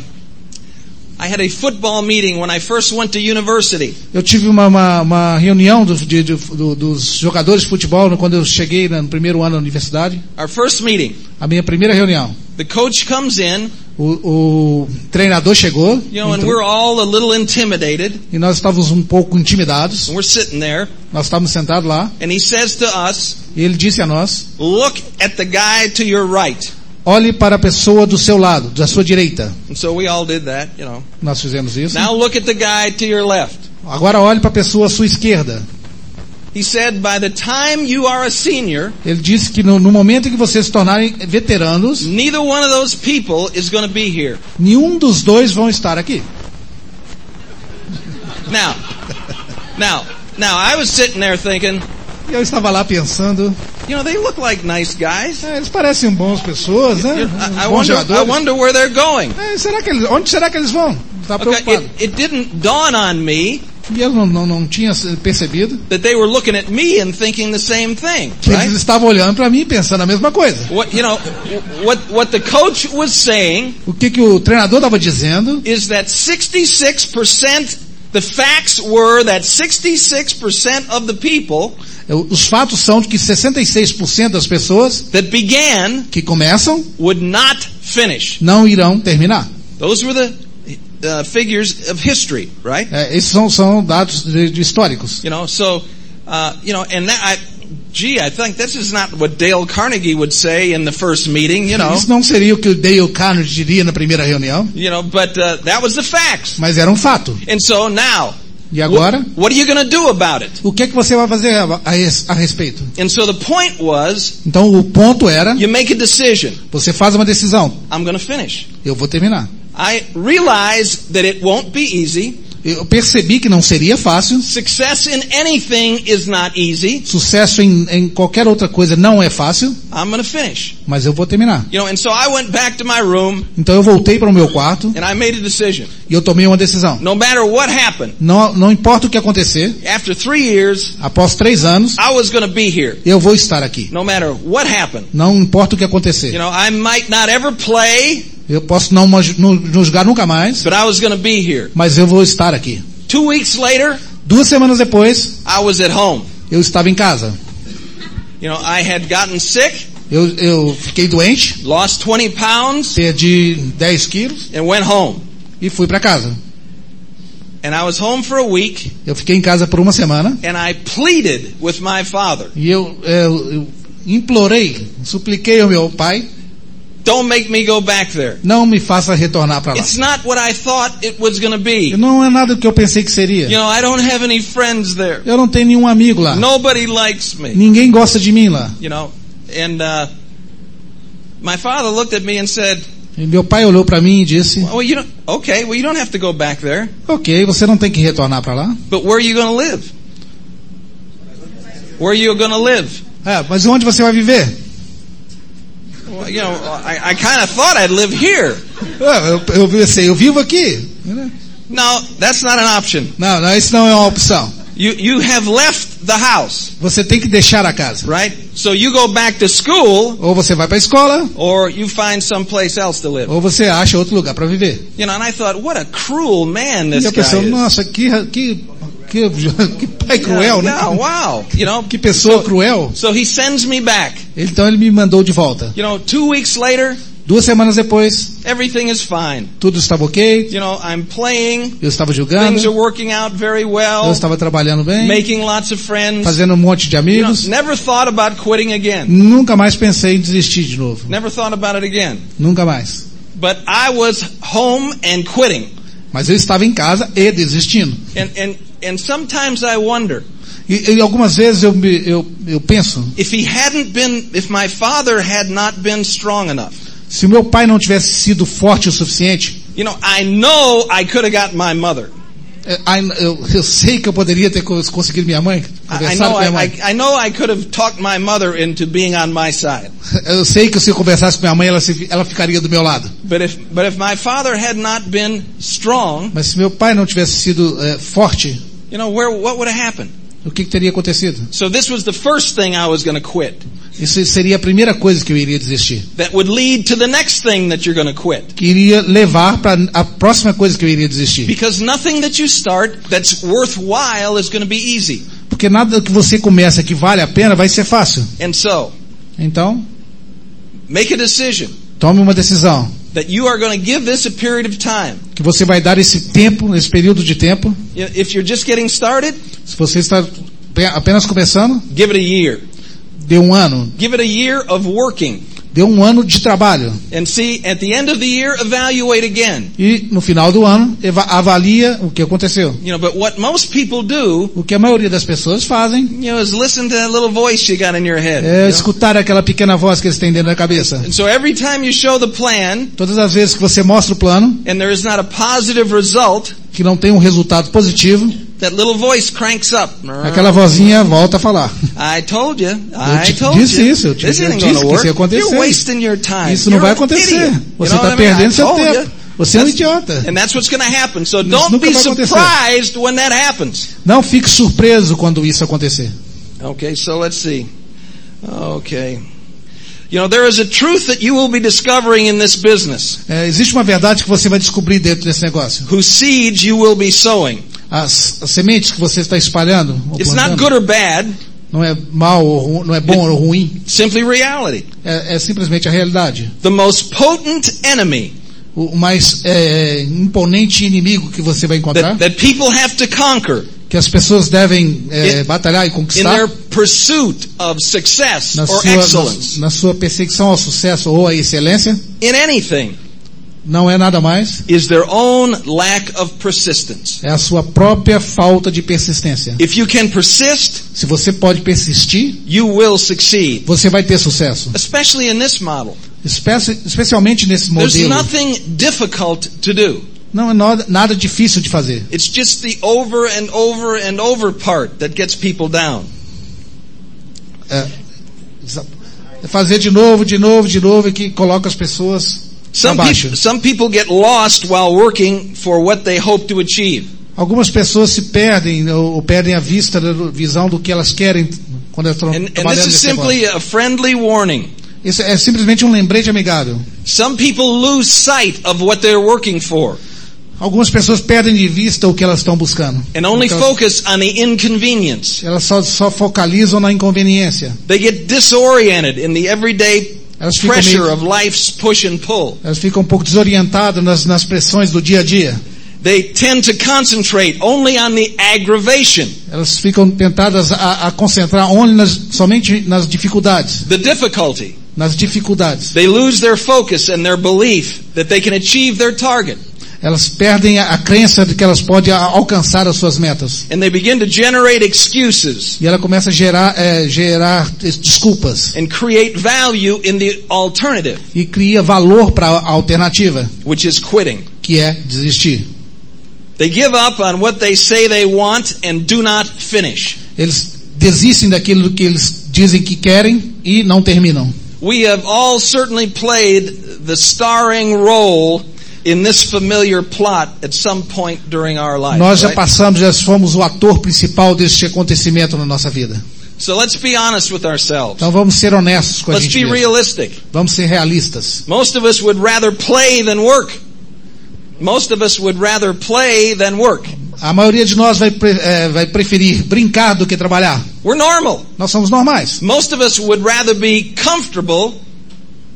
Speaker 3: I had a football meeting when I first went to university.
Speaker 4: Eu tive uma, uma, uma reunião do- de- de- do- dos jogadores de futebol no- quando eu cheguei na- no primeiro ano da universidade.
Speaker 3: Our first meeting.
Speaker 4: A minha primeira reunião.
Speaker 3: The coach comes in,
Speaker 4: O, o treinador chegou
Speaker 3: you know, and
Speaker 4: entrou,
Speaker 3: we're all a little intimidated.
Speaker 4: e nós estávamos um pouco intimidados.
Speaker 3: And we're sitting there,
Speaker 4: Nós estávamos sentados lá
Speaker 3: and he says to us,
Speaker 4: e ele disse a nós:
Speaker 3: look at the guy to your right.
Speaker 4: olhe para a pessoa do seu lado, da sua direita.
Speaker 3: And so we all did that, you know.
Speaker 4: Nós fizemos isso.
Speaker 3: Now look at the guy to your left.
Speaker 4: Agora olhe para a pessoa à sua esquerda.
Speaker 3: He said, by the time you are a senior,
Speaker 4: Ele disse que no, no momento em que vocês se tornarem veteranos,
Speaker 3: neither one of those people is going to be here.
Speaker 4: nenhum dos dois vão estar aqui.
Speaker 3: Now, now, now, I was sitting there thinking,
Speaker 4: E eu estava lá pensando,
Speaker 3: you know, they look like nice guys.
Speaker 4: "Ah, eles parecem bons pessoas, né?
Speaker 3: You know, I, I,
Speaker 4: Bons
Speaker 3: wonder, I
Speaker 4: jogadores.
Speaker 3: wonder where they're going.
Speaker 4: É, será que eles, onde será que eles vão? Estava
Speaker 3: Okay,
Speaker 4: preocupado.
Speaker 3: it, it didn't dawn on me
Speaker 4: E eu não, não, não tinha percebido
Speaker 3: that they were looking at me and thinking the same thing,
Speaker 4: que
Speaker 3: right?
Speaker 4: eles estavam olhando para mim e pensando a mesma coisa.
Speaker 3: What, you know, what, what the coach was saying
Speaker 4: O que, que o treinador estava dizendo
Speaker 3: is that 66%, the facts were that 66% of the people
Speaker 4: Eu- Os fatos são de que 66% das pessoas
Speaker 3: that began
Speaker 4: que começam
Speaker 3: would not finish.
Speaker 4: não irão terminar.
Speaker 3: Those were the uh, figures of history, right?
Speaker 4: É, esses são, são dados de- de históricos.
Speaker 3: You know, so, uh, you know, and that, I, gee, I think this is not what Dale Carnegie would say in the first meeting, you know,
Speaker 4: Isso não seria o que o Dale Carnegie diria na primeira reunião,
Speaker 3: you know, but uh, that was the facts.
Speaker 4: mas era um fato.
Speaker 3: And so now,
Speaker 4: E agora,
Speaker 3: what are you going to do about it?
Speaker 4: o que é que você vai fazer a, a res- a respeito?
Speaker 3: And so the point was,
Speaker 4: Então o ponto era,
Speaker 3: you make a decision.
Speaker 4: você faz uma decisão,
Speaker 3: I'm going to finish.
Speaker 4: eu vou terminar.
Speaker 3: I realize that it won't be easy.
Speaker 4: Eu percebi que não seria fácil,
Speaker 3: Success in anything is not easy.
Speaker 4: sucesso em, em qualquer outra coisa não é fácil,
Speaker 3: I'm going to finish.
Speaker 4: mas eu vou terminar.
Speaker 3: You know, and so I went back to my room
Speaker 4: Então eu voltei para o meu quarto
Speaker 3: and I made a decision.
Speaker 4: e eu tomei uma decisão.
Speaker 3: No matter what happened,
Speaker 4: Não, não importa o que acontecer,
Speaker 3: after three years,
Speaker 4: após três anos,
Speaker 3: I was going to be here.
Speaker 4: eu vou estar aqui.
Speaker 3: No matter what happened.
Speaker 4: Não importa o que
Speaker 3: You
Speaker 4: acontecer.
Speaker 3: know, I might not ever play,
Speaker 4: Eu posso não maj- não- não jogar nunca mais,
Speaker 3: but I was going to be here.
Speaker 4: mas eu vou estar aqui.
Speaker 3: Two weeks later,
Speaker 4: Duas semanas depois,
Speaker 3: I was at home.
Speaker 4: eu estava em casa.
Speaker 3: You know, I had gotten sick,
Speaker 4: Eu, eu fiquei doente,
Speaker 3: lost 20 pounds,
Speaker 4: perdi 10 quilos
Speaker 3: and went home.
Speaker 4: e fui para casa.
Speaker 3: And I was home for a week,
Speaker 4: Eu fiquei em casa por uma semana
Speaker 3: and I pleaded with my father,
Speaker 4: e eu, eu- eu implorei, supliquei ao meu pai,
Speaker 3: don't make me go back there.
Speaker 4: não me faça retornar para lá.
Speaker 3: It's not what I thought it was gonna be.
Speaker 4: Não é nada do que eu pensei que
Speaker 3: You
Speaker 4: seria.
Speaker 3: know, I don't have any friends there.
Speaker 4: Eu não tenho nenhum amigo lá.
Speaker 3: Nobody likes me.
Speaker 4: Ninguém gosta de mim lá.
Speaker 3: You know, and, uh, my father looked at me and said,
Speaker 4: E meu pai olhou para mim e disse,
Speaker 3: well, you don't, okay, well, you don't have to go back there,
Speaker 4: ok, você não tem que retornar para lá.
Speaker 3: but where are you gonna live? Where are you gonna live?
Speaker 4: É, mas onde você vai viver?
Speaker 3: Well, you know, I, I kinda thought I'd live here.
Speaker 4: Ah, Eu, eu pensei, eu vivo aqui.
Speaker 3: No, that's not an option.
Speaker 4: Não, não, isso não é uma opção.
Speaker 3: You, you have left the house.
Speaker 4: Você tem que deixar a casa.
Speaker 3: Right? So you go back to school
Speaker 4: Ou você vai para a escola,
Speaker 3: or you find someplace else to live.
Speaker 4: ou você acha outro lugar para viver.
Speaker 3: You know, and I thought, what a cruel man
Speaker 4: E
Speaker 3: this
Speaker 4: a
Speaker 3: guy
Speaker 4: pessoa,
Speaker 3: is.
Speaker 4: nossa, que, que, que, que pai
Speaker 3: Yeah,
Speaker 4: cruel, né?
Speaker 3: yeah, wow. You know,
Speaker 4: Que pessoa cruel.
Speaker 3: so he sends me back.
Speaker 4: Então ele me mandou de volta.
Speaker 3: You know, two weeks later,
Speaker 4: Duas semanas depois,
Speaker 3: everything is fine.
Speaker 4: tudo estava ok,
Speaker 3: You know, I'm playing.
Speaker 4: eu estava jogando,
Speaker 3: Things are working out very
Speaker 4: eu
Speaker 3: well.
Speaker 4: estava trabalhando bem,
Speaker 3: Making lots of friends.
Speaker 4: fazendo um monte de
Speaker 3: You know,
Speaker 4: amigos.
Speaker 3: never thought about quitting again.
Speaker 4: Nunca mais pensei em desistir de novo.
Speaker 3: Never thought about it again.
Speaker 4: Nunca mais.
Speaker 3: But I was home and quitting.
Speaker 4: Mas eu estava em casa e desistindo.
Speaker 3: And, and, and sometimes I wonder,
Speaker 4: E, e algumas vezes eu, me- eu, eu penso,
Speaker 3: if he hadn't been, if my father had not been strong enough,
Speaker 4: se meu pai não tivesse sido forte o suficiente,
Speaker 3: you know, I know I could have got my mother.
Speaker 4: é, ai, eu, eu sei que eu poderia ter cons- conseguido minha mãe,
Speaker 3: I, I
Speaker 4: conversado
Speaker 3: know
Speaker 4: com
Speaker 3: I,
Speaker 4: minha mãe.
Speaker 3: I, I know I could have talked my mother into being on my side.
Speaker 4: Eu sei que se eu conversasse com minha mãe, ela, se- ela ficaria do meu lado.
Speaker 3: But if, but if my father had not been strong,
Speaker 4: Mas se meu pai não tivesse sido é, forte,
Speaker 3: you know, where, what would have happened?
Speaker 4: o que, que teria acontecido?
Speaker 3: So this was the first thing I was going to quit
Speaker 4: Isso seria a primeira coisa que eu iria desistir.
Speaker 3: that would lead to the next thing that you're going to quit.
Speaker 4: Que iria levar para a próxima coisa que eu iria desistir.
Speaker 3: Because nothing that you start that's worthwhile is going to be easy.
Speaker 4: Porque nada que você começa que vale a pena vai ser fácil.
Speaker 3: And so,
Speaker 4: Então,
Speaker 3: make a decision
Speaker 4: tome uma decisão.
Speaker 3: that you are going to give this a period of time.
Speaker 4: Que você vai dar esse tempo, esse período de tempo.
Speaker 3: You know, If you're just getting started,
Speaker 4: Se você está pe- apenas começando,
Speaker 3: give it a year.
Speaker 4: dê um ano.
Speaker 3: Give it a year of working.
Speaker 4: Dê um ano de trabalho.
Speaker 3: And see, at the end of the year, evaluate again.
Speaker 4: E no final do ano, eva- avalia o que aconteceu.
Speaker 3: You know, but what most people do,
Speaker 4: O que a maioria das pessoas fazem
Speaker 3: you know, is listen to that little voice you got in your head.
Speaker 4: é escutar aquela pequena voz que eles têm dentro da cabeça.
Speaker 3: And so every time you show the plan
Speaker 4: Todas as vezes que você mostra o plano,
Speaker 3: and there is not a positive result,
Speaker 4: que não tem um resultado positivo,
Speaker 3: that little voice cranks up.
Speaker 4: aquela vozinha volta a falar.
Speaker 3: I told you. I
Speaker 4: te
Speaker 3: told
Speaker 4: disse
Speaker 3: you.
Speaker 4: isso, eu te-
Speaker 3: This
Speaker 4: eu
Speaker 3: ain't gonna
Speaker 4: disse que isso ia
Speaker 3: work. You're
Speaker 4: acontecer.
Speaker 3: wasting your time.
Speaker 4: Isso não
Speaker 3: You're
Speaker 4: vai
Speaker 3: an
Speaker 4: acontecer.
Speaker 3: idiot. You
Speaker 4: Você
Speaker 3: know
Speaker 4: está
Speaker 3: what I mean? I
Speaker 4: perdendo seu
Speaker 3: told you.
Speaker 4: tempo. Você é um idiota.
Speaker 3: And that's what's going to happen. So
Speaker 4: nunca
Speaker 3: don't be
Speaker 4: vai acontecer.
Speaker 3: surprised when that happens.
Speaker 4: Não fique surpreso quando isso acontecer.
Speaker 3: Okay, so let's see. Okay. You know, there is a truth that you will be discovering in this business,
Speaker 4: É, existe uma verdade que você vai descobrir dentro desse negócio.
Speaker 3: whose seeds you will be sowing.
Speaker 4: As, as sementes que você está espalhando, ou
Speaker 3: It's
Speaker 4: plantando,
Speaker 3: not good or bad,
Speaker 4: não é mal ou ru- não é bom ou ruim.
Speaker 3: simply reality.
Speaker 4: É, é simplesmente a realidade.
Speaker 3: The most potent enemy
Speaker 4: O o mais é, imponente inimigo que você vai encontrar,
Speaker 3: that, that people have to conquer
Speaker 4: que as pessoas devem é,
Speaker 3: In-
Speaker 4: batalhar e
Speaker 3: in
Speaker 4: conquistar
Speaker 3: their pursuit of success
Speaker 4: na
Speaker 3: or
Speaker 4: sua,
Speaker 3: excellence
Speaker 4: na, na sua perseguição ao sucesso ou à excelência,
Speaker 3: in anything
Speaker 4: não é nada mais
Speaker 3: is their own lack of persistence.
Speaker 4: É a sua própria falta de persistência.
Speaker 3: If you can persist,
Speaker 4: Se você pode persistir,
Speaker 3: you will succeed.
Speaker 4: você vai ter sucesso.
Speaker 3: Especially in this model.
Speaker 4: Especi- Especialmente nesse
Speaker 3: There's
Speaker 4: modelo.
Speaker 3: nothing difficult to do.
Speaker 4: Não é no- nada difícil de fazer.
Speaker 3: It's just the over and over and over part that gets people down.
Speaker 4: É, exa- é fazer de novo, de novo, de novo, e que coloca as pessoas
Speaker 3: Some,
Speaker 4: abaixo.
Speaker 3: peop- some people get lost while working for what they hope to achieve.
Speaker 4: Algumas pessoas se perdem, ou, ou perdem a vista, da visão do que elas querem quando elas estão
Speaker 3: And, and
Speaker 4: trabalhando
Speaker 3: this is
Speaker 4: nesse negócio.
Speaker 3: simply a friendly warning.
Speaker 4: Isso é simplesmente um lembrete amigável.
Speaker 3: Some people lose sight of what they're working for
Speaker 4: Algumas pessoas perdem de vista o que elas estão buscando.
Speaker 3: and only
Speaker 4: Então,
Speaker 3: focus on the inconvenience.
Speaker 4: elas só, só focalizam na inconveniência.
Speaker 3: They get disoriented in the everyday
Speaker 4: Elas ficam,
Speaker 3: pressure
Speaker 4: meio,
Speaker 3: of life's push and pull.
Speaker 4: elas ficam um pouco desorientadas nas, nas pressões do dia a dia.
Speaker 3: They tend to concentrate only on the aggravation,
Speaker 4: Elas ficam tentadas a, a concentrar only nas, somente nas dificuldades.
Speaker 3: the difficulty.
Speaker 4: Nas dificuldades.
Speaker 3: They lose their focus and their belief that they can achieve their target.
Speaker 4: Elas perdem a, a crença de que elas podem a- alcançar as suas metas.
Speaker 3: And they begin to generate excuses
Speaker 4: E ela começa a gerar, eh, gerar eh, desculpas
Speaker 3: and create value in the alternative,
Speaker 4: e cria valor para a alternativa,
Speaker 3: which is quitting.
Speaker 4: que é desistir.
Speaker 3: They give up on what they say they want and do not finish.
Speaker 4: Eles desistem daquilo que eles dizem que querem e não terminam.
Speaker 3: We have all certainly played the starring role in this familiar plot at some point during our life.
Speaker 4: Nós já
Speaker 3: right?
Speaker 4: passamos, já fomos o ator principal deste acontecimento na nossa vida.
Speaker 3: So let's be honest with ourselves.
Speaker 4: Então vamos ser honestos com a
Speaker 3: Let's
Speaker 4: gente
Speaker 3: be
Speaker 4: mesmo.
Speaker 3: realistic.
Speaker 4: Vamos ser realistas.
Speaker 3: Most of us would rather play than work. Most of us would rather play than work.
Speaker 4: A maioria de nós vai, pre- eh, vai preferir brincar do que trabalhar.
Speaker 3: We're normal.
Speaker 4: Nós somos normais.
Speaker 3: Most of us would rather be comfortable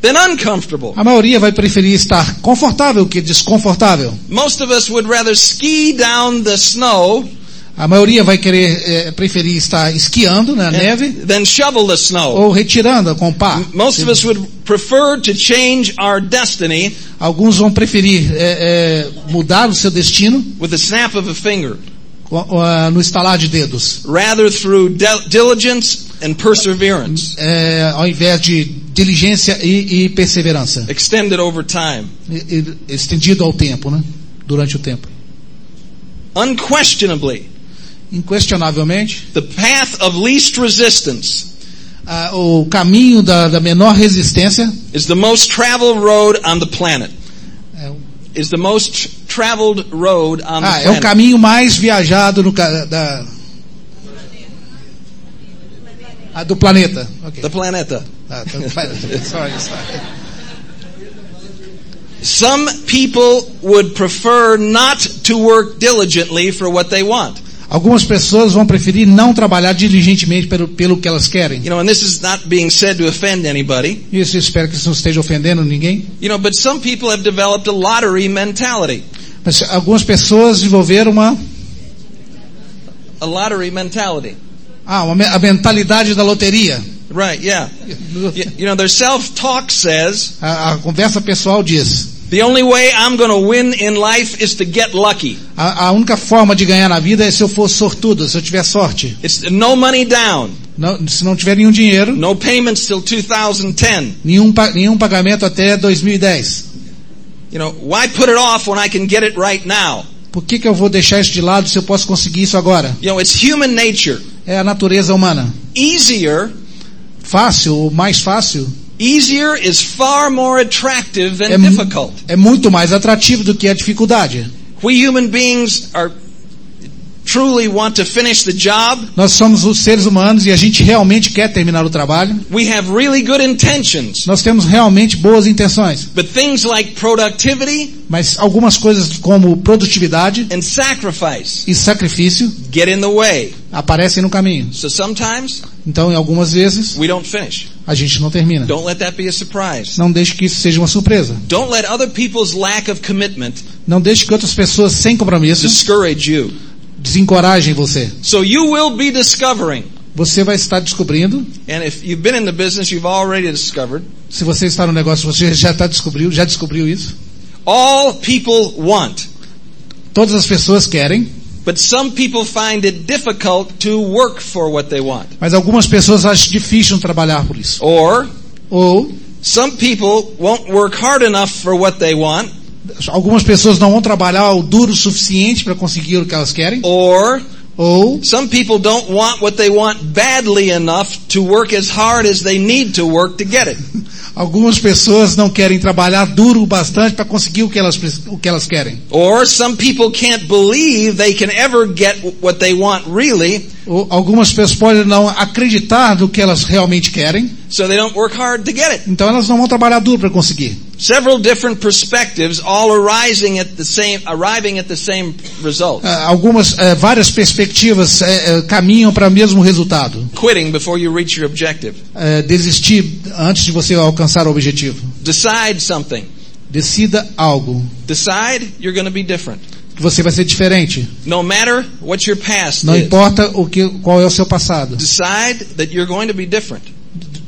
Speaker 3: than uncomfortable.
Speaker 4: A maioria vai preferir estar confortável que desconfortável.
Speaker 3: Most of us would rather ski down the snow
Speaker 4: A maioria vai querer eh, preferir estar esquiando na neve
Speaker 3: than shovel the snow.
Speaker 4: ou retirando com o pá.
Speaker 3: Most of us would prefer to change our destiny
Speaker 4: Alguns vão preferir eh, eh, mudar o seu destino
Speaker 3: with the snap of a finger
Speaker 4: co- ah, no estalar de dedos,
Speaker 3: rather through dil- diligence and perseverance
Speaker 4: eh, ao invés de diligência e, e perseverança,
Speaker 3: É extended over time.
Speaker 4: E- e- estendido ao tempo, né? Durante o tempo.
Speaker 3: Unquestionably,
Speaker 4: Inquestionavelmente,
Speaker 3: the path of least resistance
Speaker 4: Ah, o caminho da, da menor resistência
Speaker 3: is the most traveled road on the planet.
Speaker 4: é, o-
Speaker 3: Is the most traveled road on the
Speaker 4: ah, é o
Speaker 3: planet.
Speaker 4: caminho mais viajado no, ca- da, Ah, do planeta. Ok.
Speaker 3: The planeta.
Speaker 4: Ah, tá, do planeta. Sorry, sorry.
Speaker 3: Some people would prefer not to work diligently for what they want.
Speaker 4: Algumas pessoas vão preferir não trabalhar diligentemente pelo, pelo que elas querem.
Speaker 3: You know, and this is not being said to offend anybody.
Speaker 4: Isso eu espero que isso não esteja ofendendo ninguém.
Speaker 3: You know, but some people have developed a lottery mentality.
Speaker 4: Mas algumas pessoas desenvolveram uma,
Speaker 3: A lottery mentality.
Speaker 4: ah, uma, me- a mentalidade da loteria.
Speaker 3: Right, yeah. You, you know, their self-talk says,
Speaker 4: A, a conversa pessoal diz:
Speaker 3: the only way I'm gonna win in life is to get lucky.
Speaker 4: a, a única forma de ganhar na vida é se eu for sortudo, se eu tiver sorte.
Speaker 3: It's no money down,
Speaker 4: Não- se não tiver nenhum dinheiro,
Speaker 3: no payments till 2010.
Speaker 4: nenhum, pa- nenhum pagamento até 2010.
Speaker 3: You know, why put it off when I can get it right now?
Speaker 4: Por que, que eu vou deixar isso de lado se eu posso conseguir isso agora?
Speaker 3: You know, it's human nature.
Speaker 4: É a natureza humana.
Speaker 3: Easier,
Speaker 4: Fácil, ou mais fácil,
Speaker 3: easier is far more attractive than
Speaker 4: é, mu-
Speaker 3: difficult.
Speaker 4: é muito mais atrativo do que a dificuldade.
Speaker 3: We human beings are truly want to finish the job.
Speaker 4: Nós somos os seres humanos e a gente realmente quer terminar o trabalho.
Speaker 3: We have really good intentions,
Speaker 4: Nós temos realmente boas intenções,
Speaker 3: but things like productivity
Speaker 4: mas algumas coisas como produtividade
Speaker 3: and sacrifice
Speaker 4: e sacrifício
Speaker 3: get in the way.
Speaker 4: aparecem no caminho.
Speaker 3: So sometimes
Speaker 4: Então, em algumas vezes,
Speaker 3: we don't finish.
Speaker 4: a gente não termina.
Speaker 3: Don't let that be a surprise.
Speaker 4: Não deixe que isso seja uma surpresa.
Speaker 3: Don't let other people's lack of commitment
Speaker 4: Não deixe que outras pessoas sem compromisso
Speaker 3: discourage you.
Speaker 4: desencorajem você.
Speaker 3: So you will be discovering,
Speaker 4: Você vai estar descobrindo,
Speaker 3: and if you've been in the business, you've already discovered,
Speaker 4: se você está no negócio, você já está descobriu, já descobriu isso.
Speaker 3: all people want.
Speaker 4: Todas as pessoas querem,
Speaker 3: But some people find it difficult to work for what they want.
Speaker 4: mas algumas pessoas acham difícil trabalhar por isso.
Speaker 3: Or
Speaker 4: Ou
Speaker 3: some people won't work hard enough for what they want.
Speaker 4: algumas pessoas não vão trabalhar o duro o suficiente para conseguir o que elas querem,
Speaker 3: Or
Speaker 4: ou
Speaker 3: some people don't want what they want badly enough to work as hard as they need to work to get it.
Speaker 4: algumas pessoas não querem trabalhar duro o bastante para conseguir o que, elas, pre- o que elas querem.
Speaker 3: Or some people can't believe they can ever get what they want really,
Speaker 4: Ou algumas pessoas podem não acreditar no que elas realmente querem,
Speaker 3: so they don't work hard to get it.
Speaker 4: então elas não vão trabalhar duro para conseguir.
Speaker 3: Several different perspectives all arising at the same, arriving at the same result.
Speaker 4: Ah, Algumas, eh, várias perspectivas eh, eh, caminham para o mesmo resultado.
Speaker 3: Quitting before you reach your objective.
Speaker 4: Eh, desistir antes de você alcançar o objetivo.
Speaker 3: Decide something.
Speaker 4: Decida algo.
Speaker 3: Decide you're going to be different.
Speaker 4: Você vai ser diferente.
Speaker 3: No matter what your past
Speaker 4: Não
Speaker 3: is.
Speaker 4: importa o que, qual é o seu passado.
Speaker 3: Decide that you're going to be different.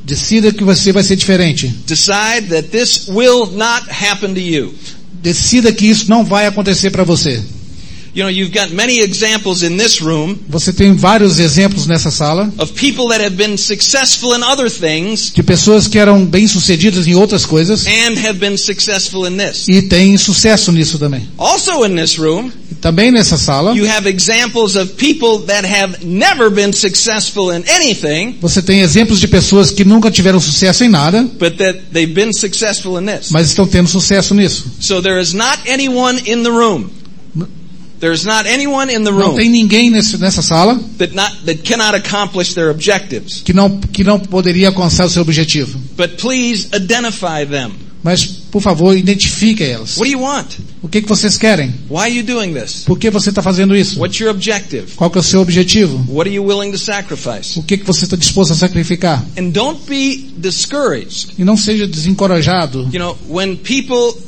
Speaker 4: Decida que você vai ser diferente.
Speaker 3: Decide that this will not happen to you.
Speaker 4: Decida que isso não vai acontecer para você.
Speaker 3: You know, you've got many examples in this room
Speaker 4: Você tem vários exemplos nessa sala
Speaker 3: of people that have been successful in other things
Speaker 4: de pessoas que eram bem-sucedidas em outras coisas
Speaker 3: and have been successful in this.
Speaker 4: e têm sucesso nisso também.
Speaker 3: Also in this room,
Speaker 4: Também nessa sala,
Speaker 3: you have examples of people that have never been successful in anything,
Speaker 4: você tem exemplos de pessoas que nunca tiveram sucesso em nada,
Speaker 3: but that they've been successful in this.
Speaker 4: mas estão tendo sucesso nisso.
Speaker 3: So there is not anyone in the room. There's not anyone in the
Speaker 4: Não tem
Speaker 3: room
Speaker 4: ninguém nesse- nessa sala
Speaker 3: that not, that cannot accomplish their objectives.
Speaker 4: que não, que não poderia alcançar o seu objetivo.
Speaker 3: But please identify them.
Speaker 4: Mas, por favor, identifique elas.
Speaker 3: What do you want?
Speaker 4: O que, que vocês querem?
Speaker 3: Why are you doing this?
Speaker 4: Por que você está fazendo isso?
Speaker 3: What's your objective?
Speaker 4: Qual que é o seu objetivo?
Speaker 3: What are you willing to sacrifice?
Speaker 4: O que, que você está disposto a sacrificar?
Speaker 3: And don't be discouraged.
Speaker 4: E não seja desencorajado.
Speaker 3: You know, when people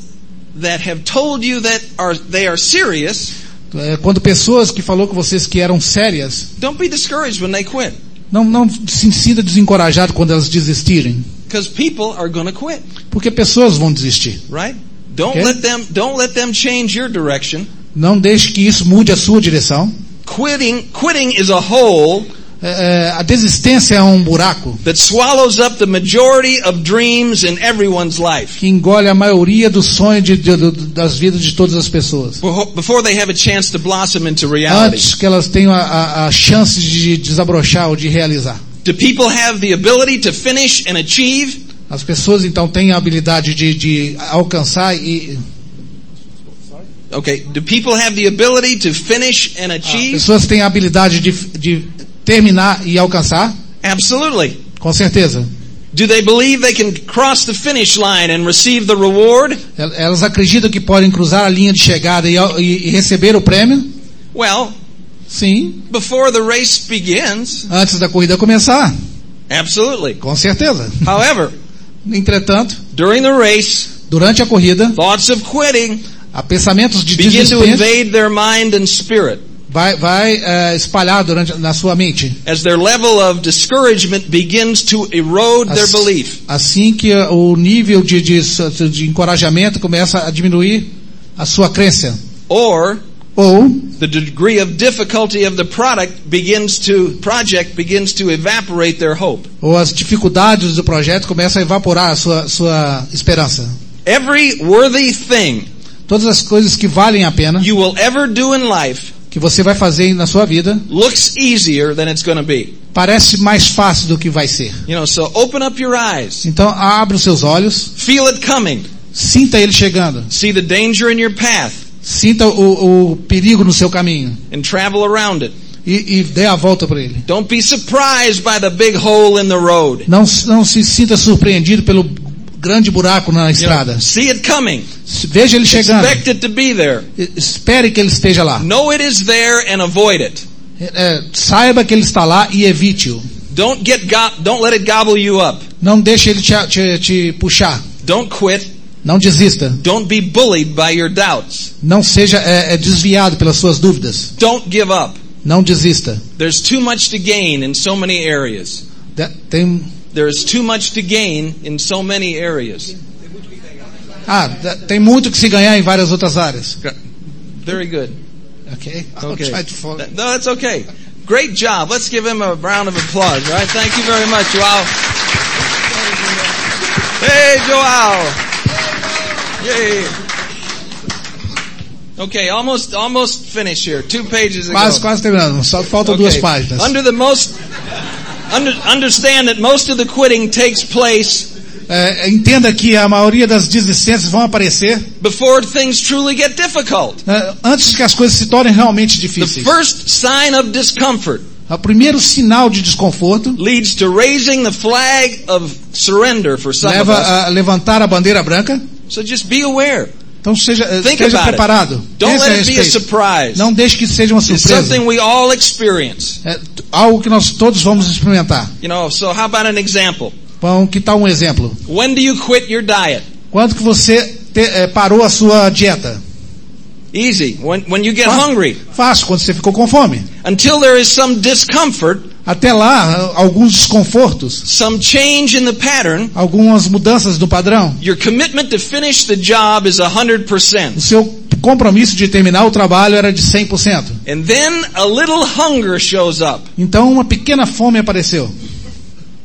Speaker 3: that have told you that are they are serious,
Speaker 4: É, Quando pessoas que falou com vocês que eram sérias,
Speaker 3: don't be discouraged when they quit
Speaker 4: não, não se sinta desencorajado quando elas desistirem.
Speaker 3: because people are going to quit,
Speaker 4: Porque pessoas vão desistir.
Speaker 3: right? Don't
Speaker 4: Okay.
Speaker 3: let them don't let them change your direction.
Speaker 4: Não deixe que isso mude a sua direção.
Speaker 3: Quitting quitting is a hole
Speaker 4: É, é, a desistência é um buraco
Speaker 3: that swallows up the majority of dreams in everyone's life
Speaker 4: que engole a maioria do sonho de, de- do- das vidas de todas as pessoas.
Speaker 3: befo- before they have a chance to blossom into reality.
Speaker 4: Antes que elas tenham a, a, a chance de desabrochar ou de realizar.
Speaker 3: Do people have the ability to finish and achieve?
Speaker 4: As pessoas então têm a habilidade de, de alcançar e
Speaker 3: Okay. Do people have the ability to finish and
Speaker 4: as
Speaker 3: achieve?
Speaker 4: pessoas têm a habilidade de, de terminar e alcançar
Speaker 3: Absolutely.
Speaker 4: Com certeza.
Speaker 3: Do they believe they can cross the finish line and receive the reward?
Speaker 4: El- Elas acreditam que podem cruzar a linha de chegada e, ao- e- e receber o prêmio?
Speaker 3: Well,
Speaker 4: Sim,
Speaker 3: before the race begins,
Speaker 4: antes da corrida começar.
Speaker 3: absolutely.
Speaker 4: Com certeza.
Speaker 3: However,
Speaker 4: Entretanto,
Speaker 3: during the race,
Speaker 4: durante a corrida,
Speaker 3: thoughts of quitting
Speaker 4: há pensamentos de
Speaker 3: begin to
Speaker 4: desespero
Speaker 3: invade their mind and spirit
Speaker 4: vai, vai eh, espalhar durante, na sua mente.
Speaker 3: as their level of discouragement begins to erode their belief.
Speaker 4: Assim que eh, o nível de, de, de encorajamento começa a diminuir a sua crença.
Speaker 3: Or
Speaker 4: Ou
Speaker 3: the degree of difficulty of the product begins to, project begins to evaporate their hope.
Speaker 4: ou as dificuldades do projeto começam a evaporar a sua, sua esperança.
Speaker 3: Every worthy thing
Speaker 4: Todas as coisas que valem a pena,
Speaker 3: you will ever do in life
Speaker 4: que você vai fazer na sua vida,
Speaker 3: looks easier than it's going to be.
Speaker 4: parece mais fácil do que vai ser.
Speaker 3: You know, so open up your eyes.
Speaker 4: Então abre os seus olhos,
Speaker 3: Feel it coming.
Speaker 4: sinta ele chegando,
Speaker 3: See the danger in your path
Speaker 4: sinta o, o perigo no seu caminho
Speaker 3: and travel around it.
Speaker 4: e, e dê a volta por ele.
Speaker 3: Don't be surprised by the big hole in the road.
Speaker 4: Não, se- não se sinta surpreendido pelo grande buraco
Speaker 3: You
Speaker 4: na
Speaker 3: know,
Speaker 4: estrada.
Speaker 3: see it coming.
Speaker 4: Se- Veja ele chegando,
Speaker 3: Expect it to be there.
Speaker 4: e- espere que ele esteja lá.
Speaker 3: Know it is there and avoid it.
Speaker 4: É, é, saiba que ele está lá e evite-o.
Speaker 3: Don't get go- don't let it gobble you up.
Speaker 4: Não deixe ele te- te- te puxar.
Speaker 3: Don't quit.
Speaker 4: Não desista.
Speaker 3: Don't be bullied by your doubts.
Speaker 4: Não seja é, é, desviado pelas suas dúvidas.
Speaker 3: Don't give up.
Speaker 4: Não desista.
Speaker 3: There's too much to gain in so many areas.
Speaker 4: De- Tem,
Speaker 3: There is too much to gain in so many areas.
Speaker 4: ah, de- tem muito que se ganhar em várias outras áreas.
Speaker 3: Very good.
Speaker 4: Ok? I'll
Speaker 3: Okay.
Speaker 4: try to follow.
Speaker 3: Th- No, that's okay. Great job. Let's give him a round of applause, right? Thank you very much, Joao. Hey, Joao. Yay. Okay, almost, almost finished here. Two pages ago.
Speaker 4: Quase, quase terminando. Só faltam duas
Speaker 3: Okay.
Speaker 4: páginas.
Speaker 3: Under the most, under, understand that most of the quitting takes place
Speaker 4: É, entenda que a maioria das desistências vão aparecer
Speaker 3: before things truly get difficult.
Speaker 4: né, antes que as coisas se tornem realmente
Speaker 3: The
Speaker 4: difíceis.
Speaker 3: first sign of discomfort
Speaker 4: O primeiro sinal de desconforto
Speaker 3: leads to raising the flag of surrender for some of
Speaker 4: leva
Speaker 3: us.
Speaker 4: a levantar a bandeira branca.
Speaker 3: So just be aware.
Speaker 4: Então seja, é,
Speaker 3: Think
Speaker 4: esteja
Speaker 3: about
Speaker 4: preparado.
Speaker 3: it. Don't
Speaker 4: Pense a
Speaker 3: let it be a
Speaker 4: respeito.
Speaker 3: surprise.
Speaker 4: Não deixe que isso seja uma
Speaker 3: It's
Speaker 4: surpresa.
Speaker 3: something we all experience.
Speaker 4: É t- algo que nós todos vamos experimentar.
Speaker 3: You know, so how about an example?
Speaker 4: Bom, que tal um exemplo?
Speaker 3: When do you quit your diet?
Speaker 4: Quando que você te- eh, parou a sua dieta?
Speaker 3: Easy. When, when you get
Speaker 4: Fa-
Speaker 3: hungry.
Speaker 4: Fácil, quando você ficou com fome.
Speaker 3: Until there is some discomfort,
Speaker 4: Até lá, ah, alguns desconfortos,
Speaker 3: some change in the pattern,
Speaker 4: algumas mudanças no padrão.
Speaker 3: your commitment to finish the job is
Speaker 4: O
Speaker 3: 100%.
Speaker 4: seu compromisso de terminar o trabalho era de 100%.
Speaker 3: And then a little hunger shows up.
Speaker 4: Então uma pequena fome apareceu.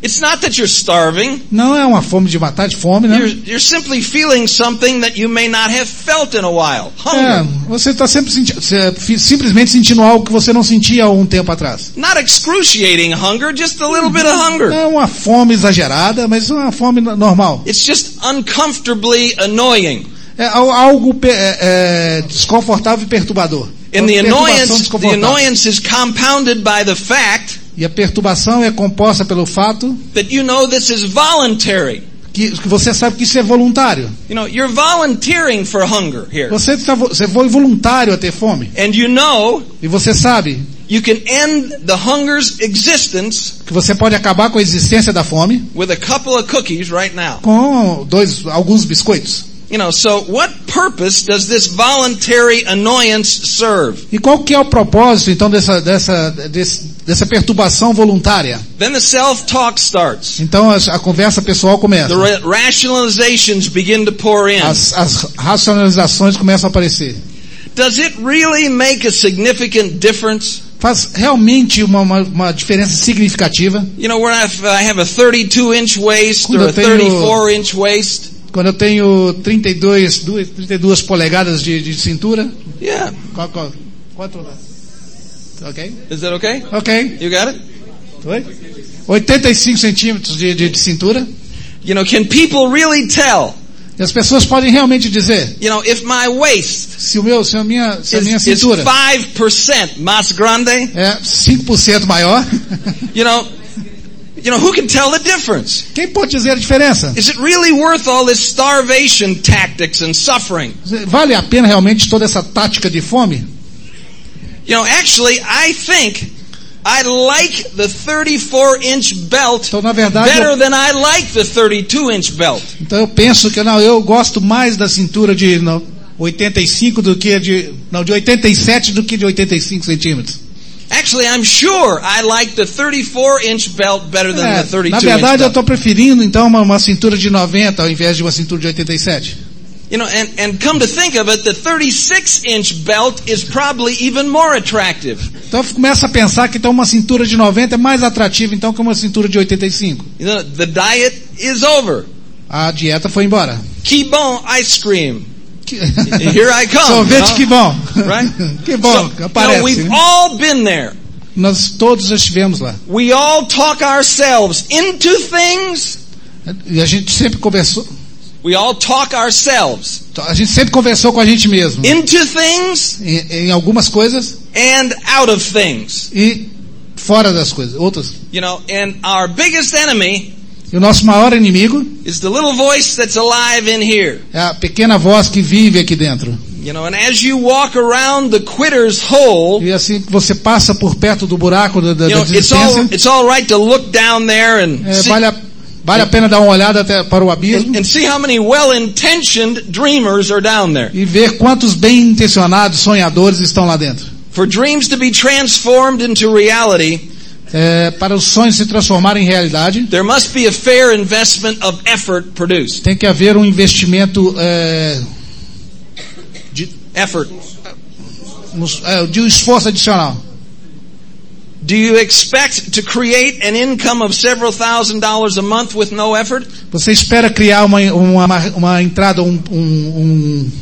Speaker 3: It's not that you're starving.
Speaker 4: Não é uma fome de matar de fome, né?
Speaker 3: You're, you're simply feeling something that you may not have felt in a while.
Speaker 4: É,
Speaker 3: Hunger.
Speaker 4: você está sempre senti você fi- simplesmente sentindo algo que você não sentia há um tempo atrás.
Speaker 3: Not excruciating hunger, just a little bit of
Speaker 4: Não
Speaker 3: hunger.
Speaker 4: é uma fome exagerada, mas é uma fome no- normal.
Speaker 3: It's just uncomfortably annoying.
Speaker 4: É al- algo pe- é, é, desconfortável e perturbador. É
Speaker 3: And
Speaker 4: Uma
Speaker 3: the
Speaker 4: perturbação
Speaker 3: annoyance, the
Speaker 4: desconfortável.
Speaker 3: annoyance is compounded by the fact
Speaker 4: E a perturbação é composta pelo fato
Speaker 3: that you know this is voluntary.
Speaker 4: que, que você sabe que isso é voluntário.
Speaker 3: You know, you're volunteering for hunger here.
Speaker 4: Você, tá, vo- você foi voluntário a ter fome.
Speaker 3: And you know
Speaker 4: E você sabe
Speaker 3: you can end the hunger's existence
Speaker 4: que você pode acabar com a existência da fome
Speaker 3: with a couple of cookies right now.
Speaker 4: com dois, alguns biscoitos.
Speaker 3: You know, so what purpose does this voluntary annoyance serve?
Speaker 4: E qual que é o propósito, então, dessa, dessa, desse- dessa perturbação voluntária?
Speaker 3: Then the self-talk starts.
Speaker 4: Então, as- a, conversa pessoal começa.
Speaker 3: The ra- rationalizations begin to pour in.
Speaker 4: As, as racionalizações começam a aparecer.
Speaker 3: Does it really make a significant difference?
Speaker 4: Faz realmente uma, uma, uma diferença significativa
Speaker 3: You know, when I if I have a 32 inch waist
Speaker 4: Quando
Speaker 3: or
Speaker 4: eu
Speaker 3: a
Speaker 4: tenho-
Speaker 3: 34 inch waist,
Speaker 4: quando eu tenho 32, duas- 32 polegadas de, de cintura.
Speaker 3: yeah.
Speaker 4: Qual, qual, quanto? Ok?
Speaker 3: Is that okay?
Speaker 4: Ok.
Speaker 3: You got it?
Speaker 4: Oi? 85 centímetros de, de, de cintura.
Speaker 3: You know, can people really tell,
Speaker 4: E as pessoas podem realmente dizer
Speaker 3: you know, if my waist
Speaker 4: se, o meu, se, a, minha, se a
Speaker 3: is,
Speaker 4: minha
Speaker 3: is
Speaker 4: cintura
Speaker 3: 5% mas grande,
Speaker 4: é 5% maior.
Speaker 3: you know, You know, who can tell the difference?
Speaker 4: Quem pode dizer a diferença?
Speaker 3: Is it really worth all this starvation tactics and suffering?
Speaker 4: Vale a pena realmente toda essa tática de fome?
Speaker 3: You know, actually, I think I like the 34 inch belt
Speaker 4: Então, na verdade,
Speaker 3: better
Speaker 4: eu,
Speaker 3: than I like the 32 inch belt.
Speaker 4: então eu penso que não, eu gosto mais da cintura de não, 85 do que de, não, de 87 do que de 85 centímetros.
Speaker 3: Actually, I'm sure I like the 34 inch belt better than
Speaker 4: É,
Speaker 3: the 32
Speaker 4: na
Speaker 3: inch belt.
Speaker 4: verdade, eu estou preferindo então uma, uma cintura de 90 ao invés de uma cintura de 87.
Speaker 3: You know, and, and come to think of it, the 36 inch belt is probably even more attractive.
Speaker 4: Então começa a pensar que então uma cintura de 90 é mais atrativa então que uma cintura de 85.
Speaker 3: You know, the diet is over.
Speaker 4: A dieta foi embora.
Speaker 3: Kibon ice cream.
Speaker 4: Que-
Speaker 3: Here I come.
Speaker 4: Sorvete que
Speaker 3: you know?
Speaker 4: bom.
Speaker 3: Right?
Speaker 4: Que bom,
Speaker 3: So, you know,
Speaker 4: aparece.
Speaker 3: we've
Speaker 4: né?
Speaker 3: all been there.
Speaker 4: Nós todos já estivemos lá.
Speaker 3: We all talk ourselves into things.
Speaker 4: E a gente sempre conversou,
Speaker 3: We all talk ourselves
Speaker 4: a gente sempre conversou com a gente mesmo.
Speaker 3: into things
Speaker 4: Em, em algumas coisas
Speaker 3: and out of things.
Speaker 4: e fora das coisas, outras.
Speaker 3: You know, and our biggest enemy
Speaker 4: E o nosso maior inimigo
Speaker 3: is the little voice that's alive in here.
Speaker 4: é a pequena voz que vive aqui dentro.
Speaker 3: You know, and as you walk around the quitter's hole,
Speaker 4: E assim que você passa por perto do buraco da, da,
Speaker 3: you know,
Speaker 4: da
Speaker 3: it's all,
Speaker 4: desistência,
Speaker 3: it's all right to look down there and,
Speaker 4: é,
Speaker 3: see,
Speaker 4: vale, a, vale a pena dar uma olhada até para o abismo
Speaker 3: and see how many well-intentioned dreamers are down there.
Speaker 4: e ver quantos bem intencionados sonhadores estão lá dentro.
Speaker 3: For dreams to be transformed into reality,
Speaker 4: É, para os sonhos se transformarem em realidade,
Speaker 3: there must be a fair investment of effort produced.
Speaker 4: tem que haver um investimento é,
Speaker 3: G- Effort.
Speaker 4: nos- é, de um esforço adicional.
Speaker 3: Do you expect to create an income of several thousand dollars a month with no effort?
Speaker 4: Você espera criar uma, uma, uma entrada, um, um, um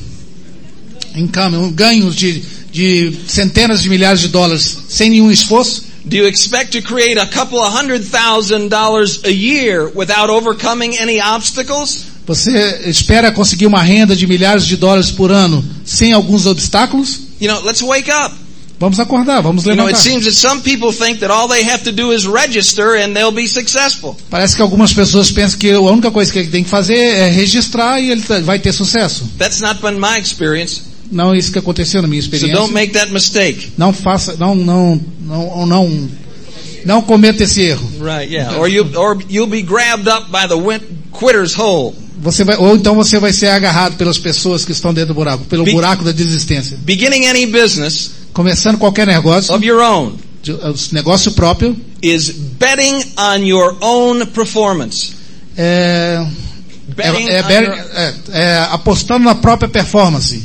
Speaker 4: income, um ganho de, de centenas de milhares de dólares sem nenhum esforço?
Speaker 3: Do you expect to create a couple of hundred thousand dollars a year without overcoming any obstacles?
Speaker 4: Você espera conseguir uma renda de milhares de dólares por ano sem alguns obstáculos?
Speaker 3: You know, let's wake up.
Speaker 4: Vamos acordar, vamos
Speaker 3: You know, it
Speaker 4: levantar.
Speaker 3: seems that some people think that all they have to do is register and they'll be successful.
Speaker 4: Parece que algumas pessoas pensam que a única coisa que ele tem que fazer é registrar e ele tá- vai ter sucesso.
Speaker 3: That's not been my experience.
Speaker 4: Não é isso que aconteceu na minha
Speaker 3: So
Speaker 4: experiência.
Speaker 3: don't make that mistake.
Speaker 4: Não faça, não, não, não, não, não cometa esse erro.
Speaker 3: Right, yeah. Or you or you'll be grabbed up by the win- quitter's hole
Speaker 4: Você vai, ou então você vai ser agarrado pelas pessoas que estão dentro do buraco, pelo
Speaker 3: Bi-
Speaker 4: buraco da desistência.
Speaker 3: beginning any business
Speaker 4: Começando qualquer negócio,
Speaker 3: of your own
Speaker 4: de- é, os- negócio próprio,
Speaker 3: is betting on your own performance.
Speaker 4: é, é,
Speaker 3: Betting
Speaker 4: é-
Speaker 3: on
Speaker 4: é-
Speaker 3: your-
Speaker 4: é- é apostando na própria performance.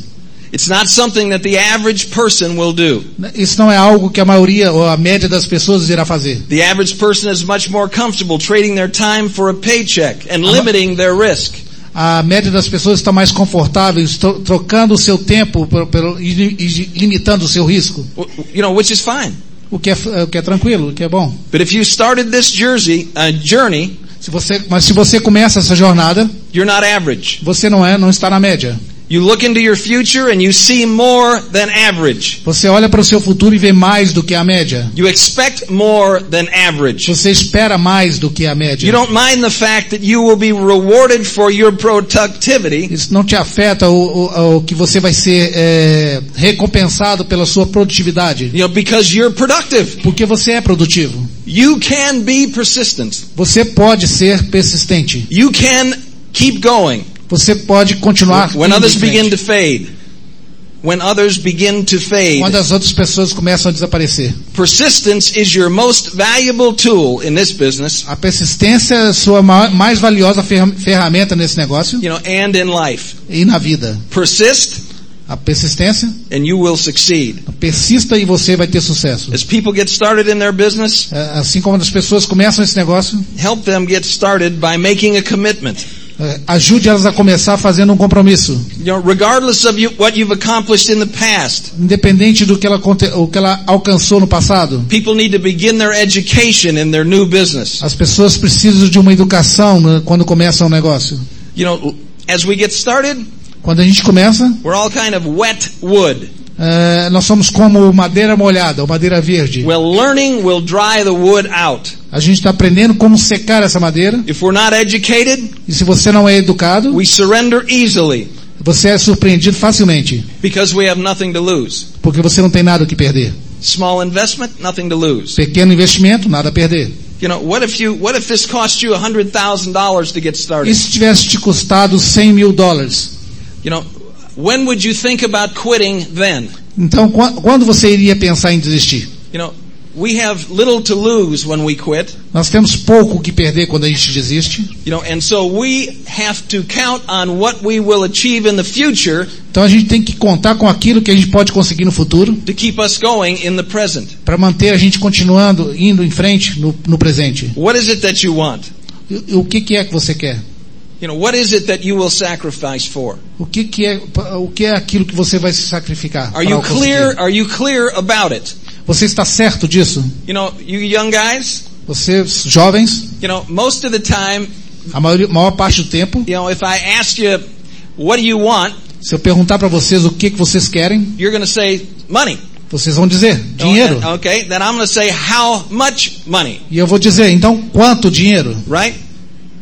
Speaker 3: it's not something that the average person will do.
Speaker 4: Isso não é algo que a maioria ou a média das pessoas irá fazer.
Speaker 3: The average person is much more comfortable trading their time for a paycheck and limiting their risk.
Speaker 4: A média das pessoas está mais confortável, estro- trocando o seu tempo pelo, pelo- e li- e limitando o seu risco,
Speaker 3: W- You know, which is fine.
Speaker 4: o que é, f- o que é tranquilo, o que é bom.
Speaker 3: But if you started this jersey, uh, journey,
Speaker 4: Se você, mas se você começa essa jornada,
Speaker 3: you're not average.
Speaker 4: você não é, não está na média.
Speaker 3: You look into your future and you see more than average.
Speaker 4: Você olha para o seu futuro e vê mais do que a média.
Speaker 3: You expect more than average.
Speaker 4: Você espera mais do que a
Speaker 3: You
Speaker 4: média.
Speaker 3: don't mind the fact that you will be rewarded for your productivity
Speaker 4: Isso não te afeta o, o- o que você vai ser é, recompensado pela sua produtividade.
Speaker 3: you know, because you're productive.
Speaker 4: Porque você é produtivo.
Speaker 3: You can be persistent.
Speaker 4: Você pode ser persistente.
Speaker 3: You can keep going
Speaker 4: Você pode continuar.
Speaker 3: when
Speaker 4: indo em
Speaker 3: others
Speaker 4: frente.
Speaker 3: begin to fade. When others begin to fade.
Speaker 4: Quando as outras pessoas começam a desaparecer.
Speaker 3: Persistence is your most valuable tool in this business,
Speaker 4: A persistência é a sua ma- mais valiosa fer- ferramenta nesse negócio
Speaker 3: you know, and in life.
Speaker 4: e na vida.
Speaker 3: Persist
Speaker 4: A persistência,
Speaker 3: and you will succeed.
Speaker 4: persista e você vai ter sucesso.
Speaker 3: As people get started in their business,
Speaker 4: É, Assim como as pessoas começam esse negócio,
Speaker 3: help them get started by making a commitment.
Speaker 4: É, ajude elas a começar fazendo um compromisso,
Speaker 3: You know, regardless of you, what you've accomplished in the past,
Speaker 4: independente do que ela, conte- o que ela alcançou no passado.
Speaker 3: people need to begin their education in their new business.
Speaker 4: As pessoas precisam de uma educação né, quando começam um negócio.
Speaker 3: You know, as we get started,
Speaker 4: Quando a gente começa,
Speaker 3: we're all kind of wet wood.
Speaker 4: eh, nós somos como madeira molhada ou madeira verde.
Speaker 3: Well, learning will dry the wood out.
Speaker 4: A gente está aprendendo como secar essa madeira.
Speaker 3: If we're not educated,
Speaker 4: E se você não é educado,
Speaker 3: we surrender easily
Speaker 4: você é surpreendido facilmente.
Speaker 3: because we have nothing to lose.
Speaker 4: Porque você não tem nada o que perder.
Speaker 3: Small investment, nothing to lose.
Speaker 4: Pequeno investimento, nada a perder.
Speaker 3: You know, what if you, what if this cost you $100,000 to get
Speaker 4: E
Speaker 3: started?
Speaker 4: se tivesse te custado 100 mil dólares?
Speaker 3: You know, when would you think about quitting then?
Speaker 4: Então, qua- quando você iria pensar em desistir?
Speaker 3: You know, we have little to lose when we quit,
Speaker 4: Nós temos pouco o que perder quando a gente desiste.
Speaker 3: you know, and so we have to count on what we will achieve in the future
Speaker 4: Então a gente tem que contar com aquilo que a gente pode conseguir no futuro
Speaker 3: to keep us going in the present.
Speaker 4: para manter a gente continuando, indo em frente no, no presente.
Speaker 3: What is it that you want?
Speaker 4: E, e o que, que é que você quer?
Speaker 3: You know, what is it that you will sacrifice for?
Speaker 4: O que, que é pa- o que é aquilo que você vai se sacrificar?
Speaker 3: Are
Speaker 4: pra
Speaker 3: you
Speaker 4: conseguir?
Speaker 3: clear? Are you clear about it?
Speaker 4: Você está certo disso?
Speaker 3: You know, you young guys,
Speaker 4: Vocês jovens,
Speaker 3: you know, most of the time,
Speaker 4: a maioria- maior parte do tempo,
Speaker 3: you know, if I ask you, what do you want?
Speaker 4: se eu perguntar para vocês o que, que vocês querem,
Speaker 3: You're going to say money.
Speaker 4: vocês vão dizer
Speaker 3: Então, é,
Speaker 4: dinheiro.
Speaker 3: Okay, then I'm going to say how much money,
Speaker 4: E eu vou dizer, então quanto dinheiro?
Speaker 3: right?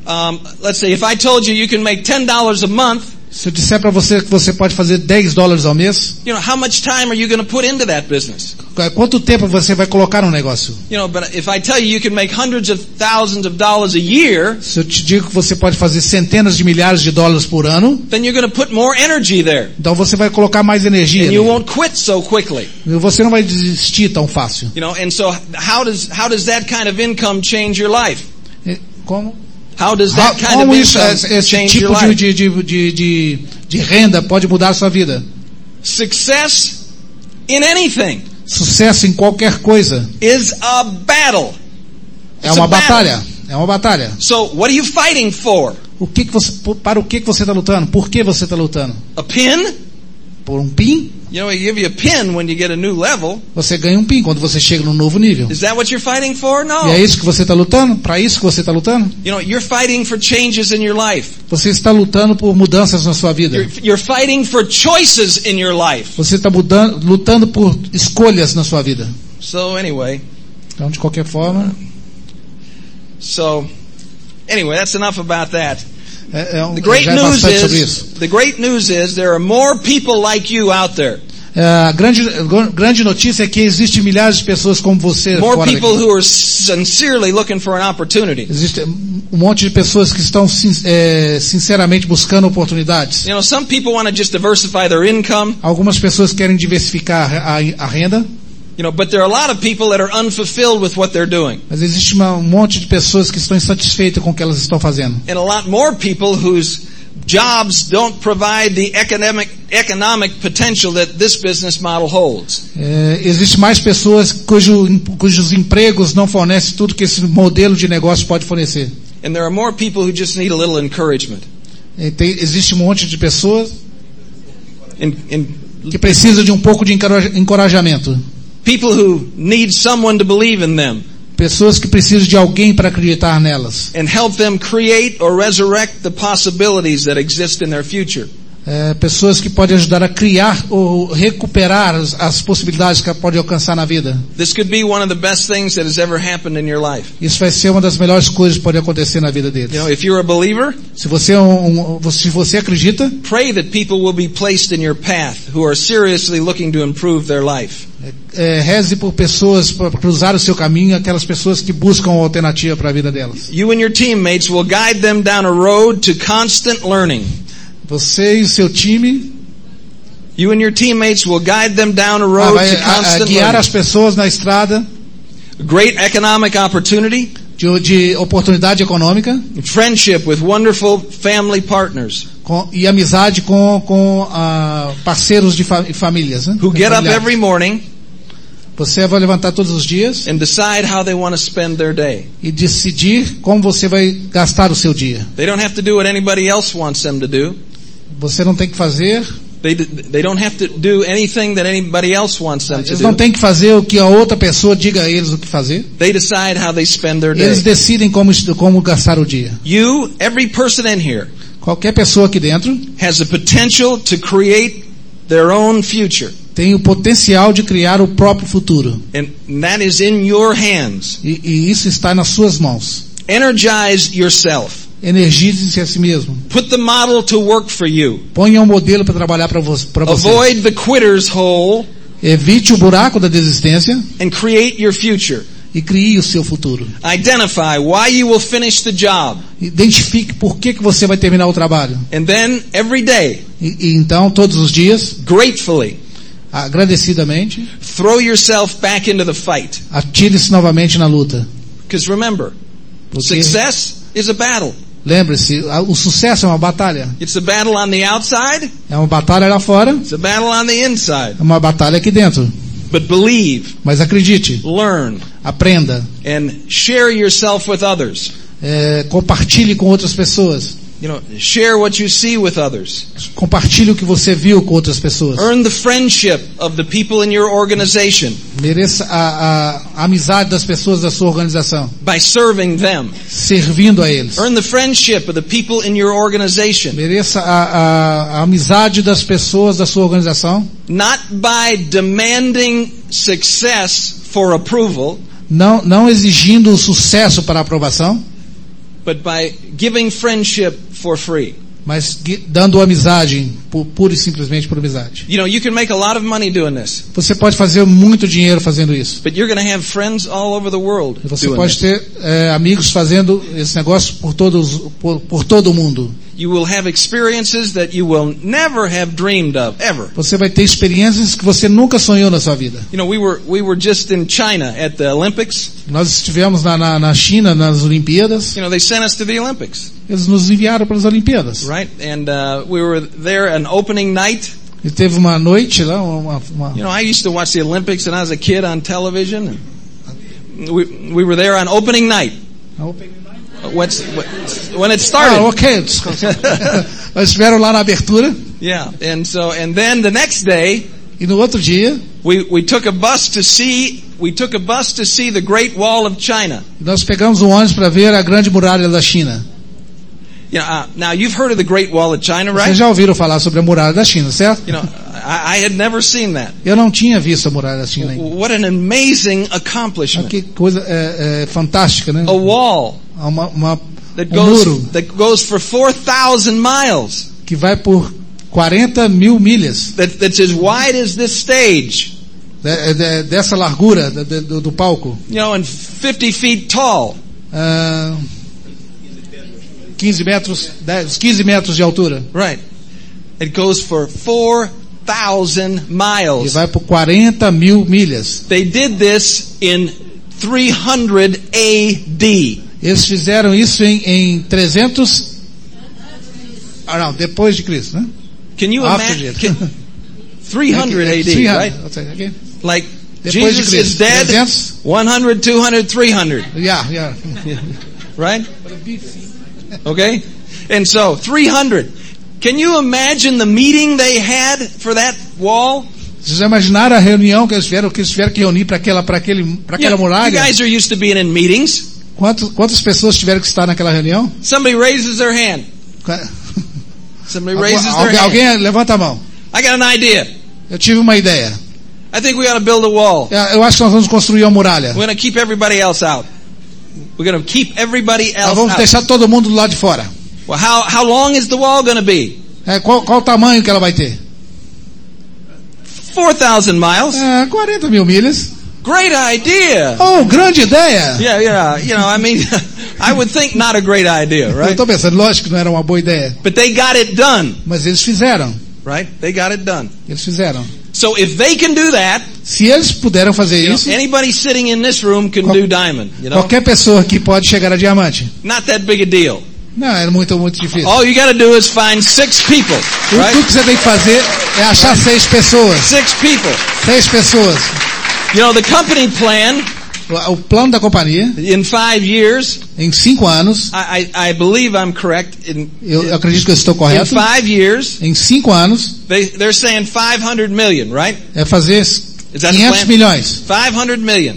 Speaker 3: Um, let's see. If I told you you can make ten dollars a month,
Speaker 4: Se eu disser para você que você pode fazer 10 dólares ao mês,
Speaker 3: you know, how much time are you going to put into that business?
Speaker 4: Qu- Quanto tempo você vai colocar no negócio?
Speaker 3: You know, but if I tell you you can make hundreds of thousands of dollars a year,
Speaker 4: Se eu te digo que você pode fazer centenas de milhares de dólares por ano,
Speaker 3: then you're going to put more energy there,
Speaker 4: então você vai colocar mais energia.
Speaker 3: and you
Speaker 4: nele.
Speaker 3: won't quit so quickly.
Speaker 4: Você não vai desistir tão fácil.
Speaker 3: You know, and so how does how does that kind of income change your life?
Speaker 4: E Como?
Speaker 3: How does
Speaker 4: Ah,
Speaker 3: that kind
Speaker 4: Como
Speaker 3: of
Speaker 4: isso,
Speaker 3: income
Speaker 4: esse esse
Speaker 3: change your
Speaker 4: tipo de,
Speaker 3: life?
Speaker 4: de, de, de, de, de renda pode mudar a sua vida?
Speaker 3: Success in anything
Speaker 4: Sucesso em qualquer coisa
Speaker 3: is a battle.
Speaker 4: é
Speaker 3: It's
Speaker 4: uma
Speaker 3: a battle.
Speaker 4: batalha. É uma batalha.
Speaker 3: So what are you fighting for?
Speaker 4: O que que você, por- para o que, que você está lutando? Por que você está lutando?
Speaker 3: A pin?
Speaker 4: Por um PIN?
Speaker 3: You know, they give you a pin when you get a new level.
Speaker 4: Você ganha um PIN quando você chega num novo nível.
Speaker 3: Is that what you're fighting for? No.
Speaker 4: E é isso que você está lutando? Para isso que você está lutando?
Speaker 3: You know, you're fighting for changes in your life.
Speaker 4: Você está lutando por mudanças na sua vida.
Speaker 3: You're, you're fighting for choices in your life.
Speaker 4: Você está mudando, lutando por escolhas na sua vida.
Speaker 3: So anyway,
Speaker 4: Então, de qualquer forma,
Speaker 3: so anyway, that's enough about that.
Speaker 4: é, é um,
Speaker 3: The great
Speaker 4: já é
Speaker 3: news
Speaker 4: bastante sobre isso.
Speaker 3: is the great news is there are more people like you out there.
Speaker 4: É, a grande, gr- grande notícia é que existem milhares de pessoas como você
Speaker 3: More
Speaker 4: fora
Speaker 3: people
Speaker 4: daqui.
Speaker 3: who are sincerely looking for an opportunity.
Speaker 4: Existe um monte de pessoas que estão sin- é, sinceramente buscando oportunidades.
Speaker 3: You know, some people want to just diversify their income,
Speaker 4: Algumas pessoas querem diversificar a, a renda,
Speaker 3: you know, but there are a lot of people that are unfulfilled with what they're doing.
Speaker 4: mas existe uma- um monte de pessoas que estão insatisfeitas com o que elas estão fazendo.
Speaker 3: And a lot more people whose jobs don't provide the economic, economic potential that this business model holds.
Speaker 4: É, existe mais pessoas cujo, cujos empregos não fornecem tudo que esse modelo de negócio pode fornecer.
Speaker 3: And there are more people who just need a little encouragement.
Speaker 4: É, tem- existe um monte de pessoas
Speaker 3: And, and
Speaker 4: que precisam de um pouco de encora- encorajamento.
Speaker 3: people who need someone to believe in them
Speaker 4: Pessoas que precisam de alguém para acreditar nelas.
Speaker 3: and help them create or resurrect the possibilities that exist in their future.
Speaker 4: É, pessoas que podem ajudar a criar ou recuperar as, as possibilidades que ela pode alcançar na vida.
Speaker 3: This could be one of the best things that has ever happened in your life.
Speaker 4: Isso vai ser uma das melhores coisas que pode acontecer na vida
Speaker 3: You know,
Speaker 4: deles.
Speaker 3: if you're a believer,
Speaker 4: Se você, é um, um- se você acredita,
Speaker 3: pray that people will be placed in your path who are seriously looking to improve their life.
Speaker 4: é, reze por pessoas para cruzar o seu caminho, aquelas pessoas que buscam uma alternativa para a vida delas.
Speaker 3: You and your teammates will guide them down a road to constant learning.
Speaker 4: Você e o seu time
Speaker 3: You and your teammates will guide them down a
Speaker 4: ah,
Speaker 3: road
Speaker 4: vai
Speaker 3: to
Speaker 4: a- a
Speaker 3: constant
Speaker 4: guiar as
Speaker 3: learning.
Speaker 4: pessoas na estrada
Speaker 3: Great economic opportunity,
Speaker 4: de, de oportunidade econômica
Speaker 3: friendship with wonderful family partners
Speaker 4: com- e amizade com, com ah, parceiros de fa- e famílias. Né?
Speaker 3: who get up
Speaker 4: Familiares.
Speaker 3: every morning
Speaker 4: Você vai levantar todos os dias
Speaker 3: and decide how they want to spend their day.
Speaker 4: e decidir como você vai gastar o seu dia.
Speaker 3: They don't have to do what anybody else wants them to do.
Speaker 4: Você não tem que fazer,
Speaker 3: They, d- they don't have to do anything that anybody else wants them to
Speaker 4: eles não
Speaker 3: do.
Speaker 4: têm que fazer o que a outra pessoa diga a eles o que fazer.
Speaker 3: They decide how they spend their day.
Speaker 4: Eles decidem como, est- como gastar o dia.
Speaker 3: You, every person in here,
Speaker 4: Qualquer pessoa aqui dentro
Speaker 3: has the potential to create their own future.
Speaker 4: tem- tem o potencial de criar o próprio futuro.
Speaker 3: And that is in your hands.
Speaker 4: E, e isso está nas suas mãos.
Speaker 3: Energize yourself.
Speaker 4: Energize-se a si mesmo.
Speaker 3: Put the model to work for you.
Speaker 4: Ponha um modelo para trabalhar para vo pra
Speaker 3: Tá
Speaker 4: você.
Speaker 3: Avoid the quitter's hole
Speaker 4: Evite o buraco da desistência
Speaker 3: and create your future.
Speaker 4: e crie o seu futuro.
Speaker 3: Identify why you will finish the job.
Speaker 4: Identifique por que, que você vai terminar o trabalho.
Speaker 3: And then every day,
Speaker 4: E, e então, todos os dias,
Speaker 3: gratefully,
Speaker 4: agradecidamente,
Speaker 3: throw yourself back into the fight.
Speaker 4: atire-se novamente na luta.
Speaker 3: Because remember,
Speaker 4: Porque,
Speaker 3: success is a battle.
Speaker 4: lembre-se, a- o sucesso é uma batalha.
Speaker 3: It's a battle on the outside,
Speaker 4: É uma batalha lá fora,
Speaker 3: it's a battle on the inside.
Speaker 4: é uma batalha aqui dentro.
Speaker 3: But believe,
Speaker 4: Mas acredite,
Speaker 3: learn,
Speaker 4: aprenda,
Speaker 3: and share yourself with others.
Speaker 4: é, compartilhe com outras pessoas.
Speaker 3: You know, share what you see with others.
Speaker 4: Compartilhe o que você viu com outras pessoas.
Speaker 3: Earn the friendship of the people in your organization
Speaker 4: Mereça a, a- a amizade das pessoas da sua organização,
Speaker 3: by serving them.
Speaker 4: servindo a eles.
Speaker 3: Earn the friendship of the people in your organization,
Speaker 4: Mereça a, a- a amizade das pessoas da sua organização,
Speaker 3: not by demanding success for approval,
Speaker 4: não, não exigindo o sucesso para aprovação,
Speaker 3: but by giving friendship for free.
Speaker 4: mas gui- dando amizade, pu- pura e simplesmente por amizade.
Speaker 3: You know, you can make a lot of money doing this,
Speaker 4: Você pode fazer muito dinheiro fazendo isso.
Speaker 3: but you're going to have friends all over the world
Speaker 4: E Você
Speaker 3: doing
Speaker 4: pode
Speaker 3: this.
Speaker 4: ter eh, amigos fazendo esse negócio por, todos, por, por todo o mundo.
Speaker 3: You will have experiences that you will never have dreamed of, ever.
Speaker 4: Você vai ter experiências que você nunca sonhou na sua vida.
Speaker 3: You know, we were, we were just in China at the Olympics.
Speaker 4: Nós estivemos na, na, na China, nas Olimpíadas,
Speaker 3: You know, they sent us to the Olympics,
Speaker 4: eles nos enviaram para as Olimpíadas.
Speaker 3: right? And, uh, we were there an opening night.
Speaker 4: E teve uma noite lá, uma, uma-
Speaker 3: You know, I used to watch the Olympics when I was a kid on television. And we, we were there on opening night. What's, what, when it
Speaker 4: Ah,
Speaker 3: started.
Speaker 4: ok, desculpa. Nós estiveram lá na abertura
Speaker 3: Yeah. And so, and then the next day,
Speaker 4: e no outro dia
Speaker 3: we, we took a bus to see, we took a bus to see the Great Wall of China.
Speaker 4: nós pegamos um ônibus para ver a Grande Muralha da China.
Speaker 3: You know, uh, now you've heard of the Great Wall of China, right?
Speaker 4: Vocês já ouviram falar sobre a Muralha da China, certo?
Speaker 3: You know, I, I had never seen that.
Speaker 4: Eu não tinha visto a Muralha da China ainda.
Speaker 3: What an amazing
Speaker 4: Ah,
Speaker 3: accomplishment.
Speaker 4: que coisa é, é, fantástica, né?
Speaker 3: oh. A wall
Speaker 4: Uma, uma,
Speaker 3: that
Speaker 4: um
Speaker 3: goes,
Speaker 4: muro
Speaker 3: that goes for 4,000 miles,
Speaker 4: que vai por 40 mil milhas
Speaker 3: that, that's as wide as this stage,
Speaker 4: de- de- dessa largura de- de- do, do palco.
Speaker 3: you know, and 50 feet tall.
Speaker 4: Ah, 15 metros, 10, 15 metros de altura.
Speaker 3: Right. It goes for 4,000
Speaker 4: E
Speaker 3: miles.
Speaker 4: vai por 40 mil milhas.
Speaker 3: They did this in 300 AD.
Speaker 4: Eles fizeram isso em, em 300. Ah, não, depois de Cristo, né?
Speaker 3: Can you
Speaker 4: After
Speaker 3: imagine?
Speaker 4: Jesus.
Speaker 3: 300 AD, right?
Speaker 4: 300, okay.
Speaker 3: Like,
Speaker 4: Depois de
Speaker 3: Jesus is
Speaker 4: Cristo.
Speaker 3: dead,
Speaker 4: 300.
Speaker 3: 100, 200, 300,
Speaker 4: Yeah, yeah.
Speaker 3: right? Okay? And so, 300. Can you imagine the meeting they had for that wall?
Speaker 4: Vocês já imaginaram a reunião que eles tiveram, que eles tiveram que reunir para aquela, para aquele, para
Speaker 3: You,
Speaker 4: aquela
Speaker 3: you
Speaker 4: muralha?
Speaker 3: guys are used to being in meetings.
Speaker 4: Quantos, quantas pessoas tiveram que estar naquela reunião?
Speaker 3: Somebody raises their hand.
Speaker 4: Qua-
Speaker 3: Somebody
Speaker 4: Algu-
Speaker 3: raises their
Speaker 4: Alguém,
Speaker 3: hand.
Speaker 4: alguém levanta a mão.
Speaker 3: I got an idea.
Speaker 4: Eu tive uma ideia.
Speaker 3: I think we ought to build a wall.
Speaker 4: É, Eu eu acho que nós vamos construir uma muralha.
Speaker 3: We're going to keep everybody else out. We're going to keep everybody
Speaker 4: Nós
Speaker 3: else
Speaker 4: vamos
Speaker 3: out.
Speaker 4: deixar todo mundo do lado de fora.
Speaker 3: Well, how, how long is the wall going to be?
Speaker 4: É, qual, qual o tamanho que ela vai ter?
Speaker 3: 4,000 miles.
Speaker 4: É, 40 mil milhas.
Speaker 3: Great idea.
Speaker 4: Oh, grande ideia!
Speaker 3: Yeah, yeah. You know, I mean, I would think not a great idea,
Speaker 4: Eu
Speaker 3: right?
Speaker 4: estou pensando, lógico que não era uma boa ideia,
Speaker 3: But they got it done,
Speaker 4: mas eles fizeram.
Speaker 3: right? They got it done.
Speaker 4: Eles fizeram.
Speaker 3: So if they can do that,
Speaker 4: Se eles puderam fazer
Speaker 3: you know,
Speaker 4: isso,
Speaker 3: anybody sitting in this room can
Speaker 4: Qual-
Speaker 3: do diamond. You know,
Speaker 4: qualquer pessoa aqui pode chegar a diamante.
Speaker 3: not that big a deal.
Speaker 4: Não, é muito, muito difícil.
Speaker 3: All you got to do is find six people,
Speaker 4: O tudo
Speaker 3: right?
Speaker 4: que você tem que fazer é achar seis pessoas.
Speaker 3: Six people.
Speaker 4: Seis pessoas.
Speaker 3: You know, the company plan
Speaker 4: O- O plano da companhia,
Speaker 3: in five years.
Speaker 4: em cinco anos,
Speaker 3: I, I, I believe I'm correct. In,
Speaker 4: eu eu acredito que eu estou
Speaker 3: in
Speaker 4: correto,
Speaker 3: five years,
Speaker 4: em cinco anos,
Speaker 3: they they're saying 500 million, right?
Speaker 4: é fazer
Speaker 3: Is that the
Speaker 4: 500
Speaker 3: plan?
Speaker 4: milhões.
Speaker 3: 500 million.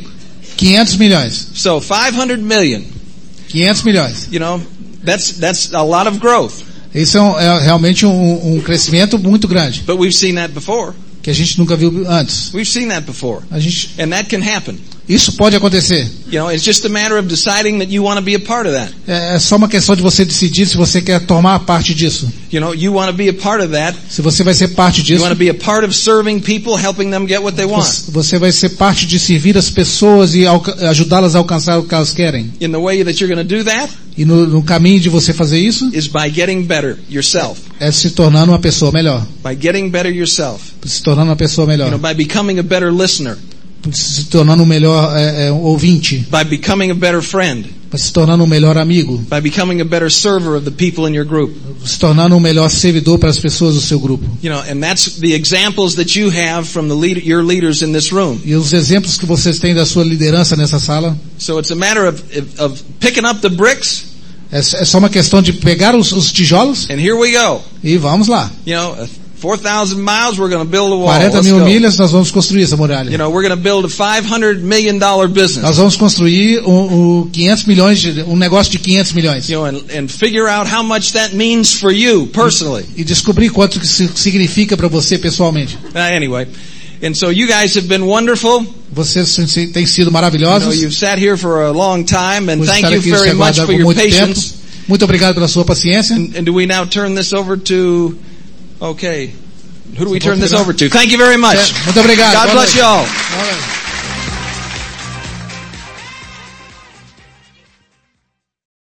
Speaker 4: 500 milhões.
Speaker 3: So 500 million.
Speaker 4: 500 milhões.
Speaker 3: You know, that's that's a lot of growth.
Speaker 4: Isso é, um- é realmente um, um crescimento muito grande.
Speaker 3: But we've seen that before.
Speaker 4: que a gente nunca viu antes.
Speaker 3: We've seen that before.
Speaker 4: A gente,
Speaker 3: And that can happen.
Speaker 4: isso pode acontecer.
Speaker 3: You know, it's just a matter of deciding that you want to be a part of that.
Speaker 4: É, é só uma questão de você decidir se você quer tomar parte disso.
Speaker 3: You know, you want to be a part of that.
Speaker 4: Se você vai ser parte
Speaker 3: You
Speaker 4: disso.
Speaker 3: want to be a part of serving people, helping them get what they want
Speaker 4: Você você vai ser parte de servir as pessoas e alca- ajudá-las a alcançar o que elas querem.
Speaker 3: in the way that you're going to do that
Speaker 4: E no, no caminho de você fazer isso
Speaker 3: is by getting better yourself,
Speaker 4: é se tornando uma pessoa melhor.
Speaker 3: by getting better yourself,
Speaker 4: Se tornando uma pessoa
Speaker 3: you know,
Speaker 4: melhor.
Speaker 3: by becoming a better listener,
Speaker 4: Se tornando um melhor é, é, um ouvinte.
Speaker 3: by becoming a better friend,
Speaker 4: Se tornando um melhor amigo.
Speaker 3: by becoming a better server of the people in your group.
Speaker 4: Se tornando um melhor servidor para as pessoas do seu grupo.
Speaker 3: You know, and that's the examples that you have from the lead, your leaders in this room.
Speaker 4: E os exemplos que vocês têm da sua liderança nessa sala
Speaker 3: So it's a matter of, of, of picking up the bricks
Speaker 4: é, s- é só uma questão de pegar os, os tijolos
Speaker 3: and here we go.
Speaker 4: e vamos lá.
Speaker 3: You know, 4,000 miles, we're going to build a wall.
Speaker 4: 40
Speaker 3: Let's
Speaker 4: mil
Speaker 3: go.
Speaker 4: milhas nós vamos construir essa
Speaker 3: You
Speaker 4: muralha.
Speaker 3: know, we're going to build a $500 million business.
Speaker 4: Nós vamos construir um, um 500 milhões de, um negócio de 500 milhões.
Speaker 3: you know, and, and figure out how much that means for you personally.
Speaker 4: E descobrir quanto que isso significa para você pessoalmente.
Speaker 3: Uh, anyway, and so you guys have been wonderful. You
Speaker 4: Vocês se- se- têm sido
Speaker 3: know,
Speaker 4: maravilhosos.
Speaker 3: you've sat here for a long time, and
Speaker 4: Por
Speaker 3: thank
Speaker 4: estar
Speaker 3: you
Speaker 4: aqui se
Speaker 3: very much for
Speaker 4: aguardar por
Speaker 3: your
Speaker 4: muito tempo.
Speaker 3: patience.
Speaker 4: Muito obrigado pela sua paciência.
Speaker 3: And, and do we now turn this over to? Okay, who do we turn this
Speaker 4: terminar?
Speaker 3: over to? Thank you very much.
Speaker 4: Muito obrigado.
Speaker 3: God
Speaker 4: Boa
Speaker 3: bless
Speaker 4: noite.
Speaker 3: you all.
Speaker 4: Boa noite.